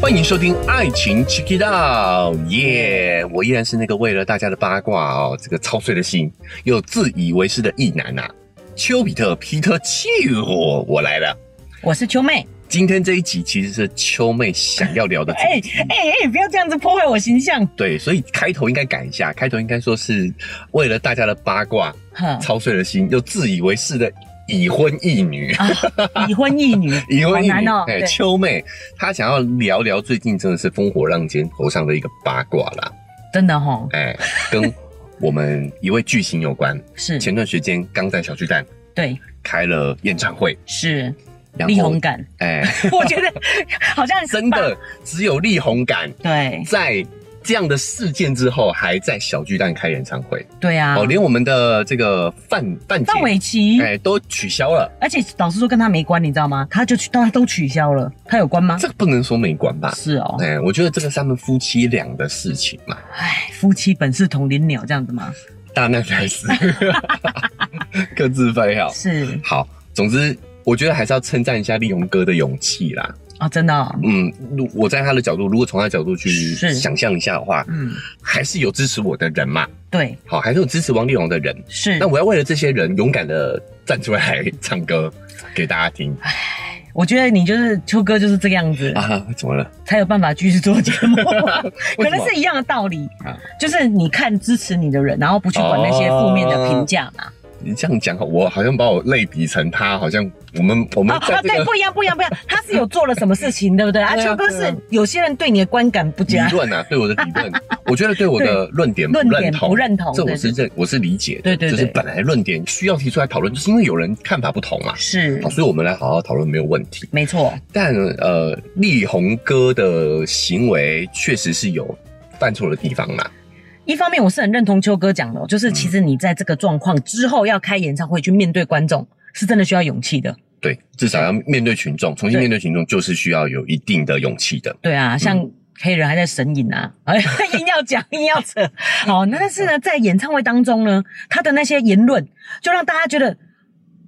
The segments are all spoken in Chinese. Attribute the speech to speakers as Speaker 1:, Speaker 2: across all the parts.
Speaker 1: 欢迎收听《爱情 Check It Out》，耶！我依然是那个为了大家的八卦哦，这个操碎了心又自以为是的意男呐、丘比特皮特气我，我来了。
Speaker 2: 我是秋妹。
Speaker 1: 今天这一集其实是秋妹想要聊的主
Speaker 2: 哎
Speaker 1: 题，
Speaker 2: 哎哎，不要这样子破坏我形象。
Speaker 1: 对，所以开头应该改一下，开头应该说是为了大家的八卦，
Speaker 2: 哈，
Speaker 1: 操碎了心又自以为是的已婚一女。，
Speaker 2: 已婚一女
Speaker 1: 已婚一
Speaker 2: 好
Speaker 1: 女
Speaker 2: 难哦。
Speaker 1: 哎，
Speaker 2: 对
Speaker 1: 秋妹，她想要聊聊最近真的是烽火浪尖头上的一个八卦啦，
Speaker 2: 真的哦哈，
Speaker 1: 哎，跟我们一位巨星有关。
Speaker 2: 是，
Speaker 1: 前段时间刚在小巨蛋
Speaker 2: 对，
Speaker 1: 开了演唱会，
Speaker 2: 是
Speaker 1: 然
Speaker 2: 力
Speaker 1: 后
Speaker 2: 宏感，
Speaker 1: 哎，
Speaker 2: 我觉得好像
Speaker 1: 真的只有力宏感
Speaker 2: 把，对
Speaker 1: 在这样的事件之后，还在小巨蛋开演唱会
Speaker 2: 对啊
Speaker 1: 哦，，连我们的这个范范
Speaker 2: 范
Speaker 1: 姐
Speaker 2: 玮琪，
Speaker 1: 哎都取消了，
Speaker 2: 而且老实说跟他没关，你知道吗？他就去，大家都取消了，他有关吗？
Speaker 1: 这个不能说没关吧？
Speaker 2: 是啊哦，
Speaker 1: 哎，我觉得这个是他们夫妻俩的事情嘛。
Speaker 2: 哎，夫妻本是同林鸟这样子吗？
Speaker 1: 大难在死， 各自飞好。
Speaker 2: 是
Speaker 1: 好，总之我觉得还是要称赞一下力宏哥的勇气啦。
Speaker 2: 哦，真的哦，
Speaker 1: 嗯，如我在他的角度，如果从他的角度去
Speaker 2: 是
Speaker 1: 想象一下的话，
Speaker 2: 嗯，
Speaker 1: 还是有支持我的人嘛，
Speaker 2: 对，
Speaker 1: 好，还是有支持王力宏的人。
Speaker 2: 是
Speaker 1: 那。我要为了这些人勇敢的站出来唱歌给大家听
Speaker 2: 哎我觉得你就是秋哥就是这个样子，
Speaker 1: 啊！怎么了？
Speaker 2: 才有办法继续做节 目。
Speaker 1: 为什
Speaker 2: 可能
Speaker 1: 么
Speaker 2: 是一样的道理
Speaker 1: 啊，
Speaker 2: 就是你看支持你的人，然后不去管那些负面的评价嘛。
Speaker 1: 你这样讲，我好像把我类比成他，好像我们我
Speaker 2: 啊
Speaker 1: 们在
Speaker 2: 啊，
Speaker 1: 这
Speaker 2: 对，
Speaker 1: 个
Speaker 2: 不一样，不一样，不一样。他是有做了什么事情，对不对？啊，
Speaker 1: 对啊
Speaker 2: 秋哥
Speaker 1: 对啊
Speaker 2: 是有些人对你的观感不
Speaker 1: 理
Speaker 2: 佳，
Speaker 1: 论啊，对我的理论，我觉得对我的论点不
Speaker 2: 论
Speaker 1: 认
Speaker 2: 点
Speaker 1: 同，
Speaker 2: 不认同，
Speaker 1: 这我
Speaker 2: 对
Speaker 1: 是
Speaker 2: 对
Speaker 1: 认我是理解的，
Speaker 2: 对对
Speaker 1: 就是
Speaker 2: 对
Speaker 1: 本来论点需要提出来讨论，就是因为有人看法不同嘛，
Speaker 2: 是
Speaker 1: 好，所以我们来好好讨论没有问题。
Speaker 2: 没错，
Speaker 1: 但呃，力宏哥的行为确实是有犯错的地方啦，
Speaker 2: 一方面我是很认同秋哥讲的哦，
Speaker 1: 嗯
Speaker 2: 就是其实你在这个状况之后要开演唱会去面对观众，是真的需要勇气的。
Speaker 1: 对，至少要面对群众，重新
Speaker 2: 对
Speaker 1: 面对群众就是需要有一定的勇气的。
Speaker 2: 对啊，像黑人还在神隐啊，哎， 硬要讲，硬要扯。好，那但是呢，在演唱会当中呢，他的那些言论就让大家觉得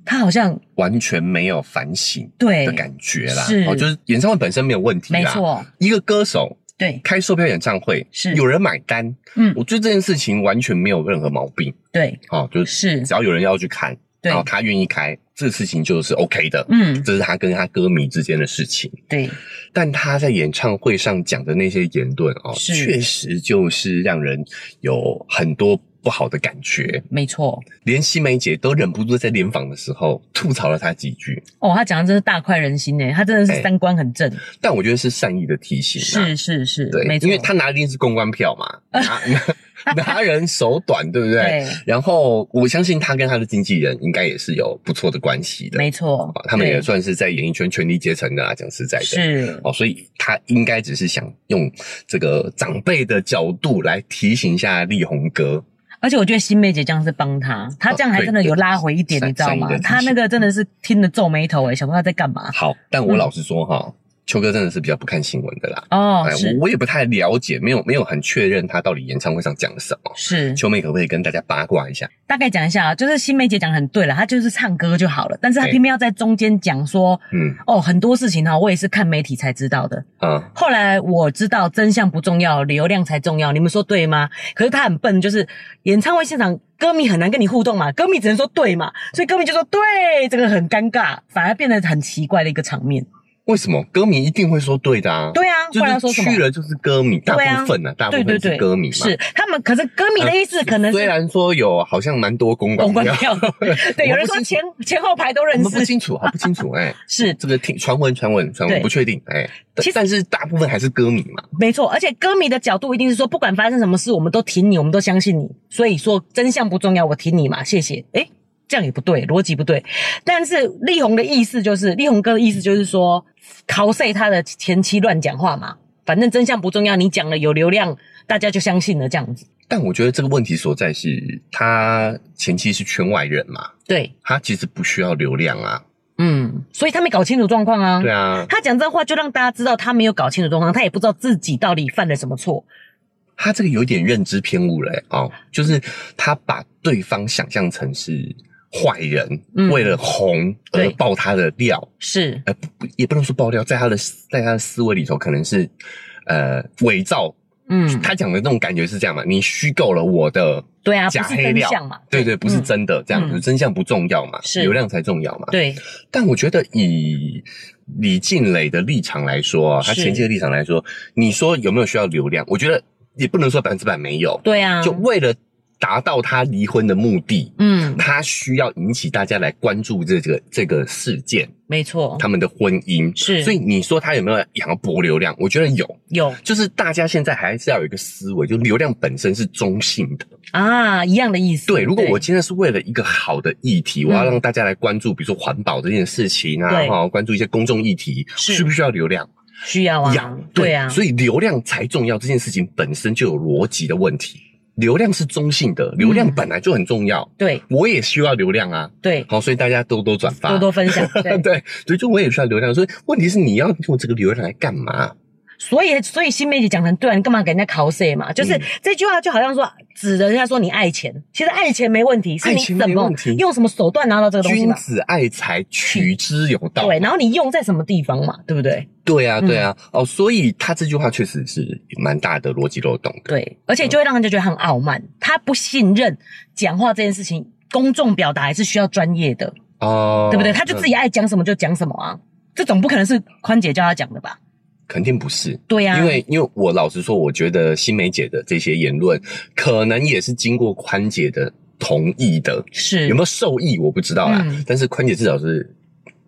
Speaker 2: 他好像
Speaker 1: 完全没有反省
Speaker 2: 对
Speaker 1: 的，感觉啦，
Speaker 2: 是
Speaker 1: 哦，就是演唱会本身没有问题啦。
Speaker 2: 没，错，
Speaker 1: 一个歌手
Speaker 2: 对，
Speaker 1: 开售票演唱会
Speaker 2: 是
Speaker 1: 有人买单，
Speaker 2: 嗯，
Speaker 1: 我对这件事情完全没有任何毛病。
Speaker 2: 对，
Speaker 1: 哦，就是
Speaker 2: 是，
Speaker 1: 只要有人要去看，
Speaker 2: 对
Speaker 1: 然后他愿意开，这个事情就是 OK 的。
Speaker 2: 嗯，
Speaker 1: 这是他跟他歌迷之间的事情，
Speaker 2: 对，
Speaker 1: 但他在演唱会上讲的那些言论哦，
Speaker 2: 是
Speaker 1: 确实就是让人有很多不好的感觉。
Speaker 2: 没错。
Speaker 1: 连西梅姐都忍不住在联访的时候吐槽了他几句，
Speaker 2: 哦，他讲的真是大快人心呢，他真的
Speaker 1: 哎
Speaker 2: 是三观很正，
Speaker 1: 但我觉得是善意的提醒、啊。
Speaker 2: 是是是，
Speaker 1: 对
Speaker 2: 没，错，
Speaker 1: 因为他拿的一定是公关票 嘛，拿拿 拿人手短，对不对？
Speaker 2: 对，
Speaker 1: 然后我相信他跟他的经纪人应该也是有不错的关系的，
Speaker 2: 没错
Speaker 1: 啊，他们也
Speaker 2: 对
Speaker 1: 算是在演艺圈权力阶层的啦，啊讲实在的。
Speaker 2: 是，
Speaker 1: 哦，所以他应该只是想用这个长辈的角度来提醒一下力宏哥，
Speaker 2: 而且我觉得新妹姐这样是帮他，他这样还真的有拉回一点，
Speaker 1: 哦哦对
Speaker 2: 你知道
Speaker 1: 善善
Speaker 2: 吗
Speaker 1: 意的？提醒
Speaker 2: 他那个真的
Speaker 1: 嗯
Speaker 2: 是听得皱眉头哎，想不到他在干嘛
Speaker 1: 好，但我
Speaker 2: 嗯
Speaker 1: 老实说哈、秋哥真的是比较不看新闻的啦，
Speaker 2: 哦，
Speaker 1: 哎
Speaker 2: 是
Speaker 1: 我我也不太了解，没有没有很确认他到底演唱会上讲了什么。
Speaker 2: 是，
Speaker 1: 秋妹可不可以跟大家八卦一下？
Speaker 2: 大概讲一下啊，就是新梅姐讲得很对了，她就是唱歌就好了，但是她
Speaker 1: 哎
Speaker 2: 偏偏要在中间讲说，
Speaker 1: 嗯
Speaker 2: 哦，很多事情哈，我也是看媒体才知道的。
Speaker 1: 啊，
Speaker 2: 后来我知道真相不重要，流量才重要，你们说对吗？可是她很笨，就是演唱会现场歌迷很难跟你互动嘛，歌迷只能说对嘛，所以歌迷就说对，这个很尴尬，反而变得很奇怪的一个场面。
Speaker 1: 为什么歌迷一定会说对的啊？
Speaker 2: 对啊，不然要
Speaker 1: 就
Speaker 2: 说
Speaker 1: 是
Speaker 2: 什么
Speaker 1: 去？了就是歌迷，大
Speaker 2: 对啊
Speaker 1: 部分呢、啊，大部
Speaker 2: 对对
Speaker 1: 分是
Speaker 2: 对，
Speaker 1: 歌迷嘛。呃
Speaker 2: 是他们，可是歌迷的意思可能
Speaker 1: 虽
Speaker 2: 是
Speaker 1: 然说有好像蛮多公
Speaker 2: 公
Speaker 1: 关
Speaker 2: 关
Speaker 1: 票，
Speaker 2: 票， 对，有人说前前后排都
Speaker 1: 我
Speaker 2: 认
Speaker 1: 们不
Speaker 2: 识，
Speaker 1: 清楚，好不清楚，哎，
Speaker 2: 是
Speaker 1: 这个挺传闻，传闻，传闻
Speaker 2: 对
Speaker 1: 不确定，哎，但
Speaker 2: 其实
Speaker 1: 但是大部分还是歌迷嘛，
Speaker 2: 没错，而且歌迷的角度一定是说，不管发生什么事，我们都挺你，我们都相信你。所以说真相不重要，我挺你嘛，谢谢。诶，这样也不对，逻辑不对。但是力宏的意思就是，力宏哥的意思就是说，cos 他的前妻乱讲话嘛，反正真相不重要，你讲了有流量，大家就相信了这样子。
Speaker 1: 但我觉得这个问题所在是，他前期是圈外人嘛，
Speaker 2: 对，
Speaker 1: 他其实不需要流量啊，
Speaker 2: 嗯，所以他没搞清楚状况啊。
Speaker 1: 对啊，
Speaker 2: 他讲这话就让大家知道他没有搞清楚状况，他也不知道自己到底犯了什么错。
Speaker 1: 他这个有点认知偏误了，哎哦，就是他把对方想象成是坏人
Speaker 2: 嗯
Speaker 1: 为了红
Speaker 2: 对
Speaker 1: 而爆他的料，
Speaker 2: 是
Speaker 1: 呃，不也不能说爆料，在他的在他的思维里头，可能是呃伪造。
Speaker 2: 嗯，
Speaker 1: 他讲的那种感觉是这样嘛？你虚构了我的
Speaker 2: 对啊，不
Speaker 1: 假
Speaker 2: 是
Speaker 1: 黑
Speaker 2: 真
Speaker 1: 料
Speaker 2: 相嘛，
Speaker 1: 对对，不是真的，这样子、
Speaker 2: 嗯
Speaker 1: 真相不重要嘛，
Speaker 2: 是
Speaker 1: 流量才重要嘛。
Speaker 2: 对，
Speaker 1: 但我觉得以李静蕾的立场来说啊，她
Speaker 2: 是
Speaker 1: 前期的立场来说，你说有没有需要流量？我觉得也不能说百分之百没有，
Speaker 2: 对啊，
Speaker 1: 就为了达到她离婚的目的。
Speaker 2: 嗯，
Speaker 1: 她需要引起大家来关注这个这个事件，
Speaker 2: 没错，
Speaker 1: 他们的婚姻
Speaker 2: 是
Speaker 1: 所以你说她有没有想要博流量？我觉得有，
Speaker 2: 有
Speaker 1: 就是大家现在还是要有一个思维，就流量本身是中性的。
Speaker 2: 啊，一样的意思。
Speaker 1: 对，如果我今天是为了一个好的议题，我要
Speaker 2: 嗯
Speaker 1: 让大家来关注，比如说环保这件事情啊，
Speaker 2: 对
Speaker 1: 哈，关注一些公众议题，
Speaker 2: 是
Speaker 1: 需不需要流量？
Speaker 2: 需要啊
Speaker 1: 要，
Speaker 2: 对啊，
Speaker 1: 所以流量才重要这件事情本身就有逻辑的问题。流量是中性
Speaker 2: 嗯
Speaker 1: 的，流量本来就很重要，
Speaker 2: 对
Speaker 1: 我也需要流量啊。
Speaker 2: 对，
Speaker 1: 好，所以大家多多转发，
Speaker 2: 多多 分享。对，
Speaker 1: 啊对，所以就我也需要流量。所以问题是你要用这个流量来干嘛？
Speaker 2: 所以所以新梅姐讲得很对啊，你干嘛给人家考谁嘛？就是
Speaker 1: 嗯
Speaker 2: 这句话就好像说指人家说你爱钱，其实爱钱没问题，是
Speaker 1: 爱
Speaker 2: 你
Speaker 1: 钱
Speaker 2: 怎
Speaker 1: 没
Speaker 2: 么
Speaker 1: 问题
Speaker 2: 用什么手段拿到这个东西
Speaker 1: 君
Speaker 2: 嘛？
Speaker 1: 子爱财，取之有道。
Speaker 2: 对，然后你用在什么地方嘛？对不对？
Speaker 1: 对啊，
Speaker 2: 嗯
Speaker 1: 对啊。哦，所以他这句话确实是蛮大的逻辑漏洞的。
Speaker 2: 对，而
Speaker 1: 嗯
Speaker 2: 且就会让人家觉得很傲慢，他不信任讲话这件事情，公众表达还是需要专业的，
Speaker 1: 哦，
Speaker 2: 对不对？他就自己
Speaker 1: 嗯
Speaker 2: 爱讲什么就讲什么啊，这总不可能是宽姐叫他讲的吧？
Speaker 1: 肯定不是，
Speaker 2: 对啊呀、
Speaker 1: 因为因为我老实说，我觉得新梅姐的这些言论，可能也是经过宽姐的同意的，
Speaker 2: 是
Speaker 1: 有没有受益我不知道啦，
Speaker 2: 嗯
Speaker 1: 但是宽姐至少是。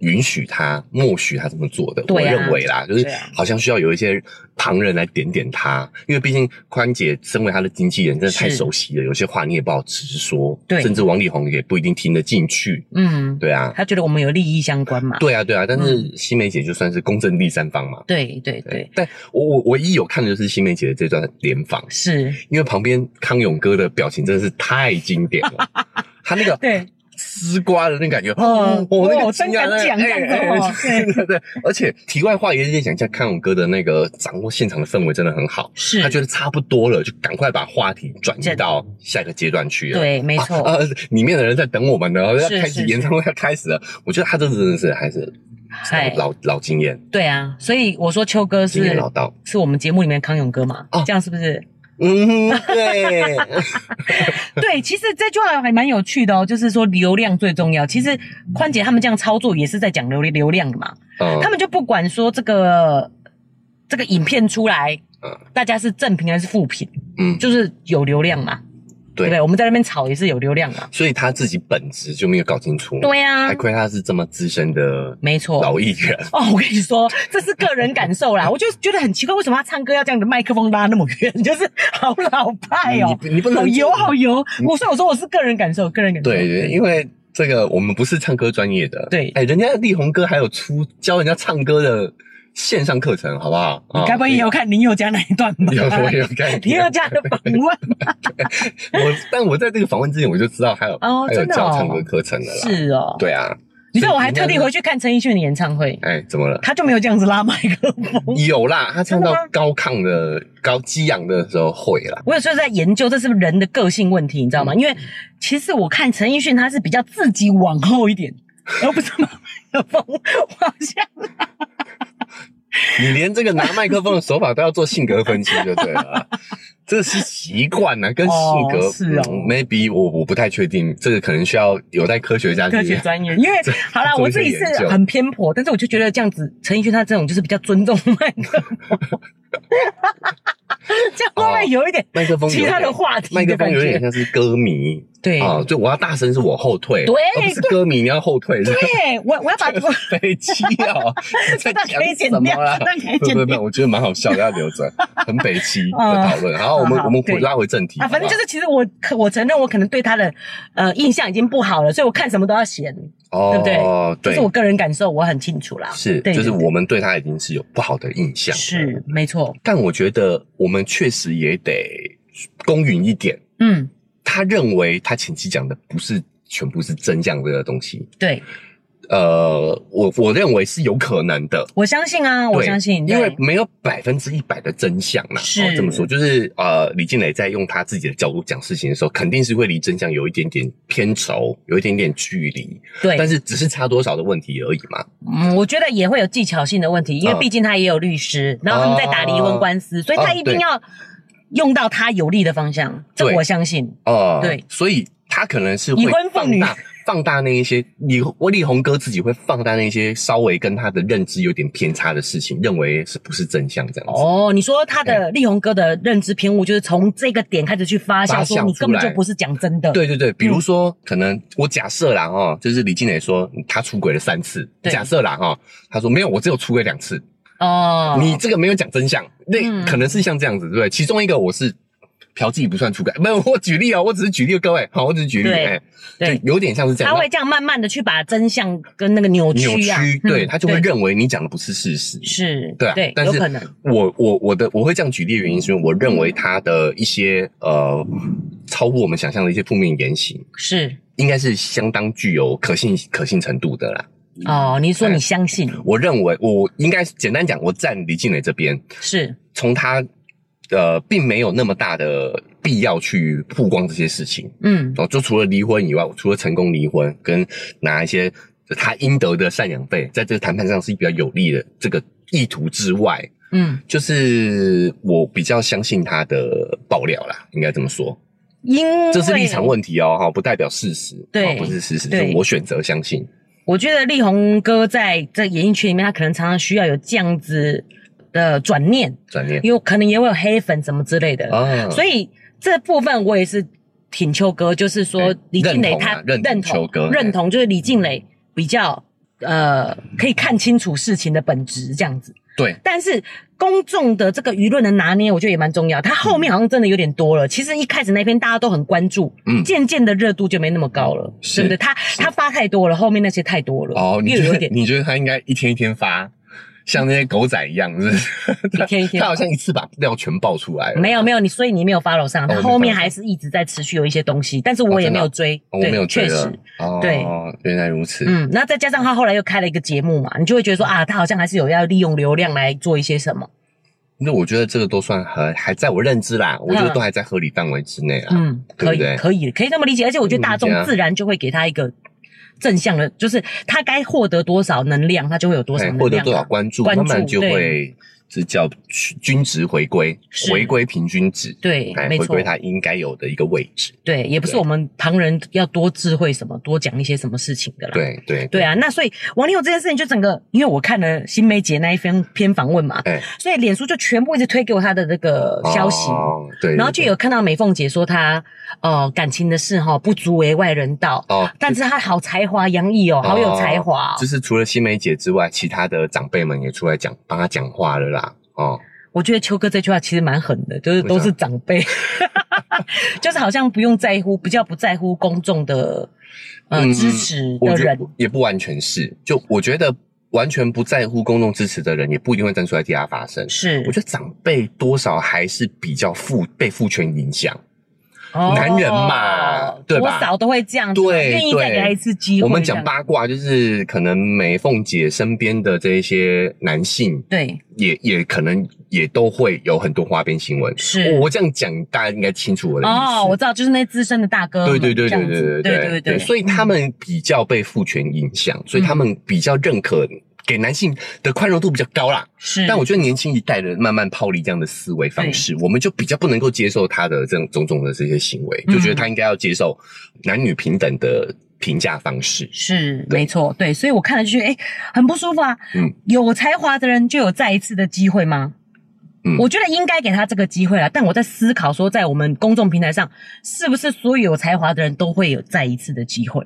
Speaker 1: 允许她，默许她这么做的，我
Speaker 2: 对啊
Speaker 1: 认为啦，就是
Speaker 2: 对啊
Speaker 1: 好像需要有一些旁人来点点她，因为毕竟宽姐身为她的经纪人，真的太
Speaker 2: 是
Speaker 1: 熟悉了，有些话你也不好直说，
Speaker 2: 对
Speaker 1: 甚至王力宏也不一定听得进去，
Speaker 2: 嗯，
Speaker 1: 对啊，
Speaker 2: 他觉得我们有利益相关嘛？
Speaker 1: 对啊，对啊，但
Speaker 2: 嗯
Speaker 1: 是新梅姐就算是公正第三方嘛。
Speaker 2: 对对对，
Speaker 1: 但我我唯一有看的就是新梅姐的这段联访，
Speaker 2: 是，
Speaker 1: 因为旁边康永哥的表情真的是太经典了，他那个
Speaker 2: 对，
Speaker 1: 吃瓜的那个感觉，
Speaker 2: 哦
Speaker 1: 哦，我那
Speaker 2: 哦
Speaker 1: 个惊
Speaker 2: 真敢
Speaker 1: 讶那个
Speaker 2: 讲这样子
Speaker 1: 哎
Speaker 2: 哦
Speaker 1: 哎 对对对，而且题外话也得讲一下，康永哥的那个掌握现场的氛围真的很好，
Speaker 2: 是，
Speaker 1: 他觉得差不多了，就赶快把话题转移
Speaker 2: 这
Speaker 1: 到下一个阶段去了。
Speaker 2: 对，没错，
Speaker 1: 啊，呃里面的人在等我们呢，要
Speaker 2: 是
Speaker 1: 开
Speaker 2: 是
Speaker 1: 始演唱会要开始了。我觉得他这真的是还是
Speaker 2: 哎
Speaker 1: 老老经验，
Speaker 2: 对啊，所以我说秋哥
Speaker 1: 经验
Speaker 2: 是
Speaker 1: 老道。
Speaker 2: 是我们节目里面康永哥嘛，
Speaker 1: 哦
Speaker 2: 这样是不 是？
Speaker 1: 嗯， 对，
Speaker 2: 对，其实这句话还蛮有趣的哦，就是说流量最重要。其实宽姐他们这样操作也是在讲流流量的嘛，
Speaker 1: 嗯
Speaker 2: 他们就不管说这个这个影片出来
Speaker 1: 嗯，
Speaker 2: 大家是正评还是负评，
Speaker 1: 嗯，
Speaker 2: 就是有流量嘛，
Speaker 1: 对
Speaker 2: 对不对？我们在那边吵也是有流量嘛，
Speaker 1: 所以他自己本质就没有搞清楚，
Speaker 2: 对呀、
Speaker 1: 还亏他是这么资深的
Speaker 2: 没错，
Speaker 1: 老艺人，
Speaker 2: 哦，我跟你说，这是个人感受啦，我 就觉得很奇怪，为什么他唱歌要这样的麦克风拉那么远， 就是好老派哦，
Speaker 1: 嗯你你不能嗯
Speaker 2: 好油好油。我说我说我是个人感受，个人感受。
Speaker 1: 对对，因为。这个我们不是唱歌专业的，
Speaker 2: 对
Speaker 1: 哎，人家力宏哥还有出教人家唱歌的线上课程，好不好？
Speaker 2: 你
Speaker 1: 啊
Speaker 2: 该不 会也有看林宥嘉那一段吧？
Speaker 1: 有我 有概
Speaker 2: 林宥
Speaker 1: 念，
Speaker 2: 嘉的 访问
Speaker 1: 我但我在这个访问之前我就知道还有
Speaker 2: 哦
Speaker 1: 还有
Speaker 2: 真的哦
Speaker 1: 教唱歌课程的啦，
Speaker 2: 是哦，
Speaker 1: 对啊，
Speaker 2: 你知道我还特地回去看陈奕迅的演唱会，
Speaker 1: 哎，怎么了？
Speaker 2: 他就没有这样子拉麦克风。
Speaker 1: 有啦，他唱到
Speaker 2: 嗯真的吗
Speaker 1: 高亢的、高激昂的时候会啦。
Speaker 2: 我有时候在研究这是不是人的个性问题，你知
Speaker 1: 嗯
Speaker 2: 道吗？因为其实我看陈奕迅他是比较自己往后一点，而不是马克风往下
Speaker 1: 你连这个拿麦克风的手法都要做性格分析就对了 啦，这是习惯呐，跟性格、
Speaker 2: 哦是哦
Speaker 1: 嗯 maybe 我我不太确定，这个可能需要有待科学家
Speaker 2: 科
Speaker 1: 去
Speaker 2: 学。专业，因为好啦，
Speaker 1: 做
Speaker 2: 我
Speaker 1: 一
Speaker 2: 自
Speaker 1: 些
Speaker 2: 己是
Speaker 1: 研究
Speaker 2: 很偏颇，但是我就觉得这样子，陈奕迅他这种就是比较尊重麦克风，这样会不会有一点
Speaker 1: 麦克风有
Speaker 2: 其他的
Speaker 1: 点，
Speaker 2: 话题
Speaker 1: 麦
Speaker 2: 的
Speaker 1: 克
Speaker 2: 感
Speaker 1: 风有点
Speaker 2: 觉？
Speaker 1: 像是歌迷
Speaker 2: 对
Speaker 1: 啊，就我要大声是我后退，
Speaker 2: 对
Speaker 1: 而不是歌迷你要后退，是
Speaker 2: 对，我我要把这
Speaker 1: 飞机 哦，你在
Speaker 2: 段
Speaker 1: 讲
Speaker 2: 可以剪
Speaker 1: 什么啊
Speaker 2: 掉，
Speaker 1: 啦
Speaker 2: 这？段 可以
Speaker 1: 不不
Speaker 2: 剪
Speaker 1: 不，
Speaker 2: 掉。
Speaker 1: 我觉得蛮好笑的，要留着，很北齐的
Speaker 2: 嗯
Speaker 1: 讨论。然后我
Speaker 2: 好
Speaker 1: 们
Speaker 2: 好
Speaker 1: 我们回
Speaker 2: 对
Speaker 1: 拉回正题
Speaker 2: 啊，反正就
Speaker 1: 好
Speaker 2: 是，其实我可我承认我可能对他的呃印象已经不好了，所以我看什么都要嫌，
Speaker 1: 不好
Speaker 2: 对不对
Speaker 1: 哦，
Speaker 2: 这
Speaker 1: 对，
Speaker 2: 是我个人感受，我很清楚啦。
Speaker 1: 是
Speaker 2: 对
Speaker 1: 就是
Speaker 2: 对对
Speaker 1: 我们对他已经是有不好的印象。，
Speaker 2: 是没错，
Speaker 1: 但我觉得我们确实也得公允一点。
Speaker 2: 嗯，
Speaker 1: 他认为他前期讲的不是全部是真相这个东西，
Speaker 2: 对，
Speaker 1: 呃，我我认为是有可能的。
Speaker 2: 我相信啊，我
Speaker 1: 对
Speaker 2: 相信，
Speaker 1: 因为
Speaker 2: 对
Speaker 1: 没有百分之一百的真相啦。
Speaker 2: 是
Speaker 1: 哦、这么说，就是呃，李静蕾在用她自己的角度讲事情的时候，肯定是会离真相有一点点偏稠，有一点点距离，
Speaker 2: 对，
Speaker 1: 但是只是差多少的问题而已嘛。
Speaker 2: 嗯，我觉得也会有技巧性的问题，因为
Speaker 1: 嗯啊
Speaker 2: 毕竟他也有律师，然后他们在打离婚官司，所以他一定
Speaker 1: 对
Speaker 2: 要用到他有利的方向，这
Speaker 1: 对
Speaker 2: 我相信。
Speaker 1: 哦、
Speaker 2: 对，
Speaker 1: 所以她可能是会
Speaker 2: 已婚妇
Speaker 1: 放
Speaker 2: 女
Speaker 1: 大放大那一些李我李红哥自己会放大那些稍微跟他的认知有点偏差的事情，认为是不是真相这样子。
Speaker 2: 哦，你说他的力宏哥的认知偏误，就是从这个点开始去发酵，
Speaker 1: 发
Speaker 2: 说
Speaker 1: 酵
Speaker 2: 你
Speaker 1: 出
Speaker 2: 根本就
Speaker 1: 来
Speaker 2: 不是讲真的。
Speaker 1: 对对对，比如说，可能我假设啦哦，就是李静蕾说她出轨了三次，
Speaker 2: 对
Speaker 1: 假设啦哦，她说没有，我只有出轨两次，
Speaker 2: 哦，
Speaker 1: 你这个没有讲真相，
Speaker 2: 嗯
Speaker 1: 那可能是像这样子，对不对？其中一个我是嫖妓不算出轨，没 有，我举例哦，我只是举例，各位，好，我只是举例，
Speaker 2: 对
Speaker 1: 哎，
Speaker 2: 对
Speaker 1: 就有点像是这样，
Speaker 2: 他会这样慢慢的去把真相跟那个扭
Speaker 1: 扭
Speaker 2: 曲啊，
Speaker 1: 曲，
Speaker 2: 嗯
Speaker 1: 对他就会认为你讲的不是事实，
Speaker 2: 是，
Speaker 1: 对啊
Speaker 2: 对，
Speaker 1: 但
Speaker 2: 有
Speaker 1: 是
Speaker 2: 可能。
Speaker 1: 我我我的我会这样举例的原因，是因为我认为他的一些呃超乎我们想象的一些负面言行，
Speaker 2: 是
Speaker 1: 应该是相当具有可信可信程度的啦。
Speaker 2: 哦，你
Speaker 1: 哎
Speaker 2: 说你相信
Speaker 1: 我认为我应该简单讲，我站李静蕾这边，
Speaker 2: 是
Speaker 1: 从他呃并没有那么大的必要去曝光这些事情。
Speaker 2: 嗯
Speaker 1: 哦，就除了离婚以外，除了成功离婚跟拿一些他应得的赡养费，在这个谈判上是比较有利的这个意图之外，
Speaker 2: 嗯，
Speaker 1: 就是我比较相信他的爆料啦，应该这么说，
Speaker 2: 因为
Speaker 1: 这是立场问题哦，哈，不代表事实，
Speaker 2: 对
Speaker 1: 哦不是事实，
Speaker 2: 对
Speaker 1: 是我选择相信，
Speaker 2: 我觉得力宏哥在这演艺圈里面，他可能常常需要有这样子的转念，
Speaker 1: 转念
Speaker 2: 因为可能也会有黑粉什么之类的，
Speaker 1: 啊
Speaker 2: 所以这部分我也是挺秋哥，就是说
Speaker 1: 对
Speaker 2: 李静蕾
Speaker 1: 认同啊
Speaker 2: 他
Speaker 1: 认同秋哥
Speaker 2: 认同就是李静蕾比较呃可以看清楚事情的本质这样子。
Speaker 1: 对，
Speaker 2: 但是公众的这个舆论的拿捏，我觉得也蛮重要。它后面好像真的有点多了。其实一开始那篇大家都很关注，
Speaker 1: 嗯
Speaker 2: 渐渐的热度就没那么高了，
Speaker 1: 是
Speaker 2: 对不对？他他发太多了，后面那些太多了，
Speaker 1: 哦，你
Speaker 2: 又
Speaker 1: 觉
Speaker 2: 有
Speaker 1: 得
Speaker 2: 点
Speaker 1: 你觉得他应该一天一天发，像那些狗仔一样，是不是？
Speaker 2: 一天一天
Speaker 1: 他好像一次把料全爆出来了，
Speaker 2: 没有没有你，所以你没有 follow 上，
Speaker 1: 哦
Speaker 2: 他
Speaker 1: 我没
Speaker 2: 后面
Speaker 1: follow 上
Speaker 2: 还是一直在持续有一些东西，但是我
Speaker 1: 哦
Speaker 2: 也
Speaker 1: 真
Speaker 2: 没
Speaker 1: 的啊
Speaker 2: 有追，
Speaker 1: 哦我没有追
Speaker 2: 确
Speaker 1: 了
Speaker 2: 实。
Speaker 1: 哦，
Speaker 2: 对，
Speaker 1: 原来如此，
Speaker 2: 嗯，那再加上他后来又开了一个节目嘛，你就会觉得说啊，他好像还是有要利用流量来做一些什么。
Speaker 1: 那我觉得这个都算还还在我认知啦，我觉得都还在合理范围之内啦。
Speaker 2: 嗯，可以，
Speaker 1: 对不对
Speaker 2: 可以，可以这么理解。而且我觉得大众
Speaker 1: 嗯这样
Speaker 2: 自然就会给他一个正向的，就是他该获得多少能量，他就会有多少
Speaker 1: 哎
Speaker 2: 能量，啊
Speaker 1: 获得多少关注，
Speaker 2: 关注
Speaker 1: 慢慢就
Speaker 2: 对
Speaker 1: 会这叫均值回归
Speaker 2: 是，
Speaker 1: 回归平均值，
Speaker 2: 对
Speaker 1: 哎，
Speaker 2: 没
Speaker 1: 回
Speaker 2: 错
Speaker 1: 归，它应该有的一个位置。
Speaker 2: 对，也不是
Speaker 1: 对
Speaker 2: 我们旁人要多智慧什么，多讲一些什么事情的啦。。
Speaker 1: 对对
Speaker 2: 对，啊，那所以王力宏这件事情就整个，因为我看了新梅姐那一篇篇访问嘛，
Speaker 1: 哎，
Speaker 2: 所以脸书就全部一直推给我她的这个消息，
Speaker 1: 哦对，
Speaker 2: 然后就有看到美凤姐说她呃感情的事哈、不足为外人道，
Speaker 1: 哦，
Speaker 2: 但是她好才华洋溢哦，好有才华、
Speaker 1: 哦
Speaker 2: 哦
Speaker 1: 就是除了新梅姐之外，其他的长辈们也出来讲，帮她讲话了啦。哦，
Speaker 2: 我觉得秋哥这句话其实蛮狠的，就是
Speaker 1: 为啥
Speaker 2: 都是长辈， 就是好像不用在乎，比较不在乎公众的呃、
Speaker 1: 嗯
Speaker 2: 支持
Speaker 1: 我
Speaker 2: 的
Speaker 1: 觉
Speaker 2: 人
Speaker 1: 得也不完全是，就我觉得完全不在乎公众支持的人，也不一定会站出来替他发声。
Speaker 2: 是
Speaker 1: 我觉得长辈多少还是比较父被父权影响。
Speaker 2: 哦
Speaker 1: 男人嘛对吧
Speaker 2: 多少都会这样子，啊
Speaker 1: 对
Speaker 2: 愿意再给他一次机
Speaker 1: 我
Speaker 2: 会。
Speaker 1: 们讲
Speaker 2: 这样，
Speaker 1: 八卦，就是可能美凤姐身边的这一些男性，
Speaker 2: 对，
Speaker 1: 也也可能也都会有很多花边新闻。
Speaker 2: 是
Speaker 1: 我我这样讲，大家应该清楚我的意思。
Speaker 2: 哦，我知道，就是那资深的大哥
Speaker 1: 对
Speaker 2: 们，
Speaker 1: 对对对
Speaker 2: 嗯这样
Speaker 1: 对
Speaker 2: 子
Speaker 1: 对
Speaker 2: 对对嗯对，
Speaker 1: 所以他们比较被父权影响，所以他们比较认可给男性的宽容度比较高啦。
Speaker 2: 是，
Speaker 1: 但我觉得年轻一代的慢慢抛离这样的思维方式，我们就比较不能够接受他的这种种种的这些行为，
Speaker 2: 嗯
Speaker 1: 就觉得他应该要接受男女平等的评价方式。
Speaker 2: 是
Speaker 1: 对
Speaker 2: 没错，对，所以我看了就觉得，哎、很不舒服啊。
Speaker 1: 嗯
Speaker 2: 有才华的人就有再一次的机会吗？
Speaker 1: 嗯
Speaker 2: 我觉得应该给他这个机会啊。但我在思考说，在我们公众平台上，是不是所有有才华的人都会有再一次的机会？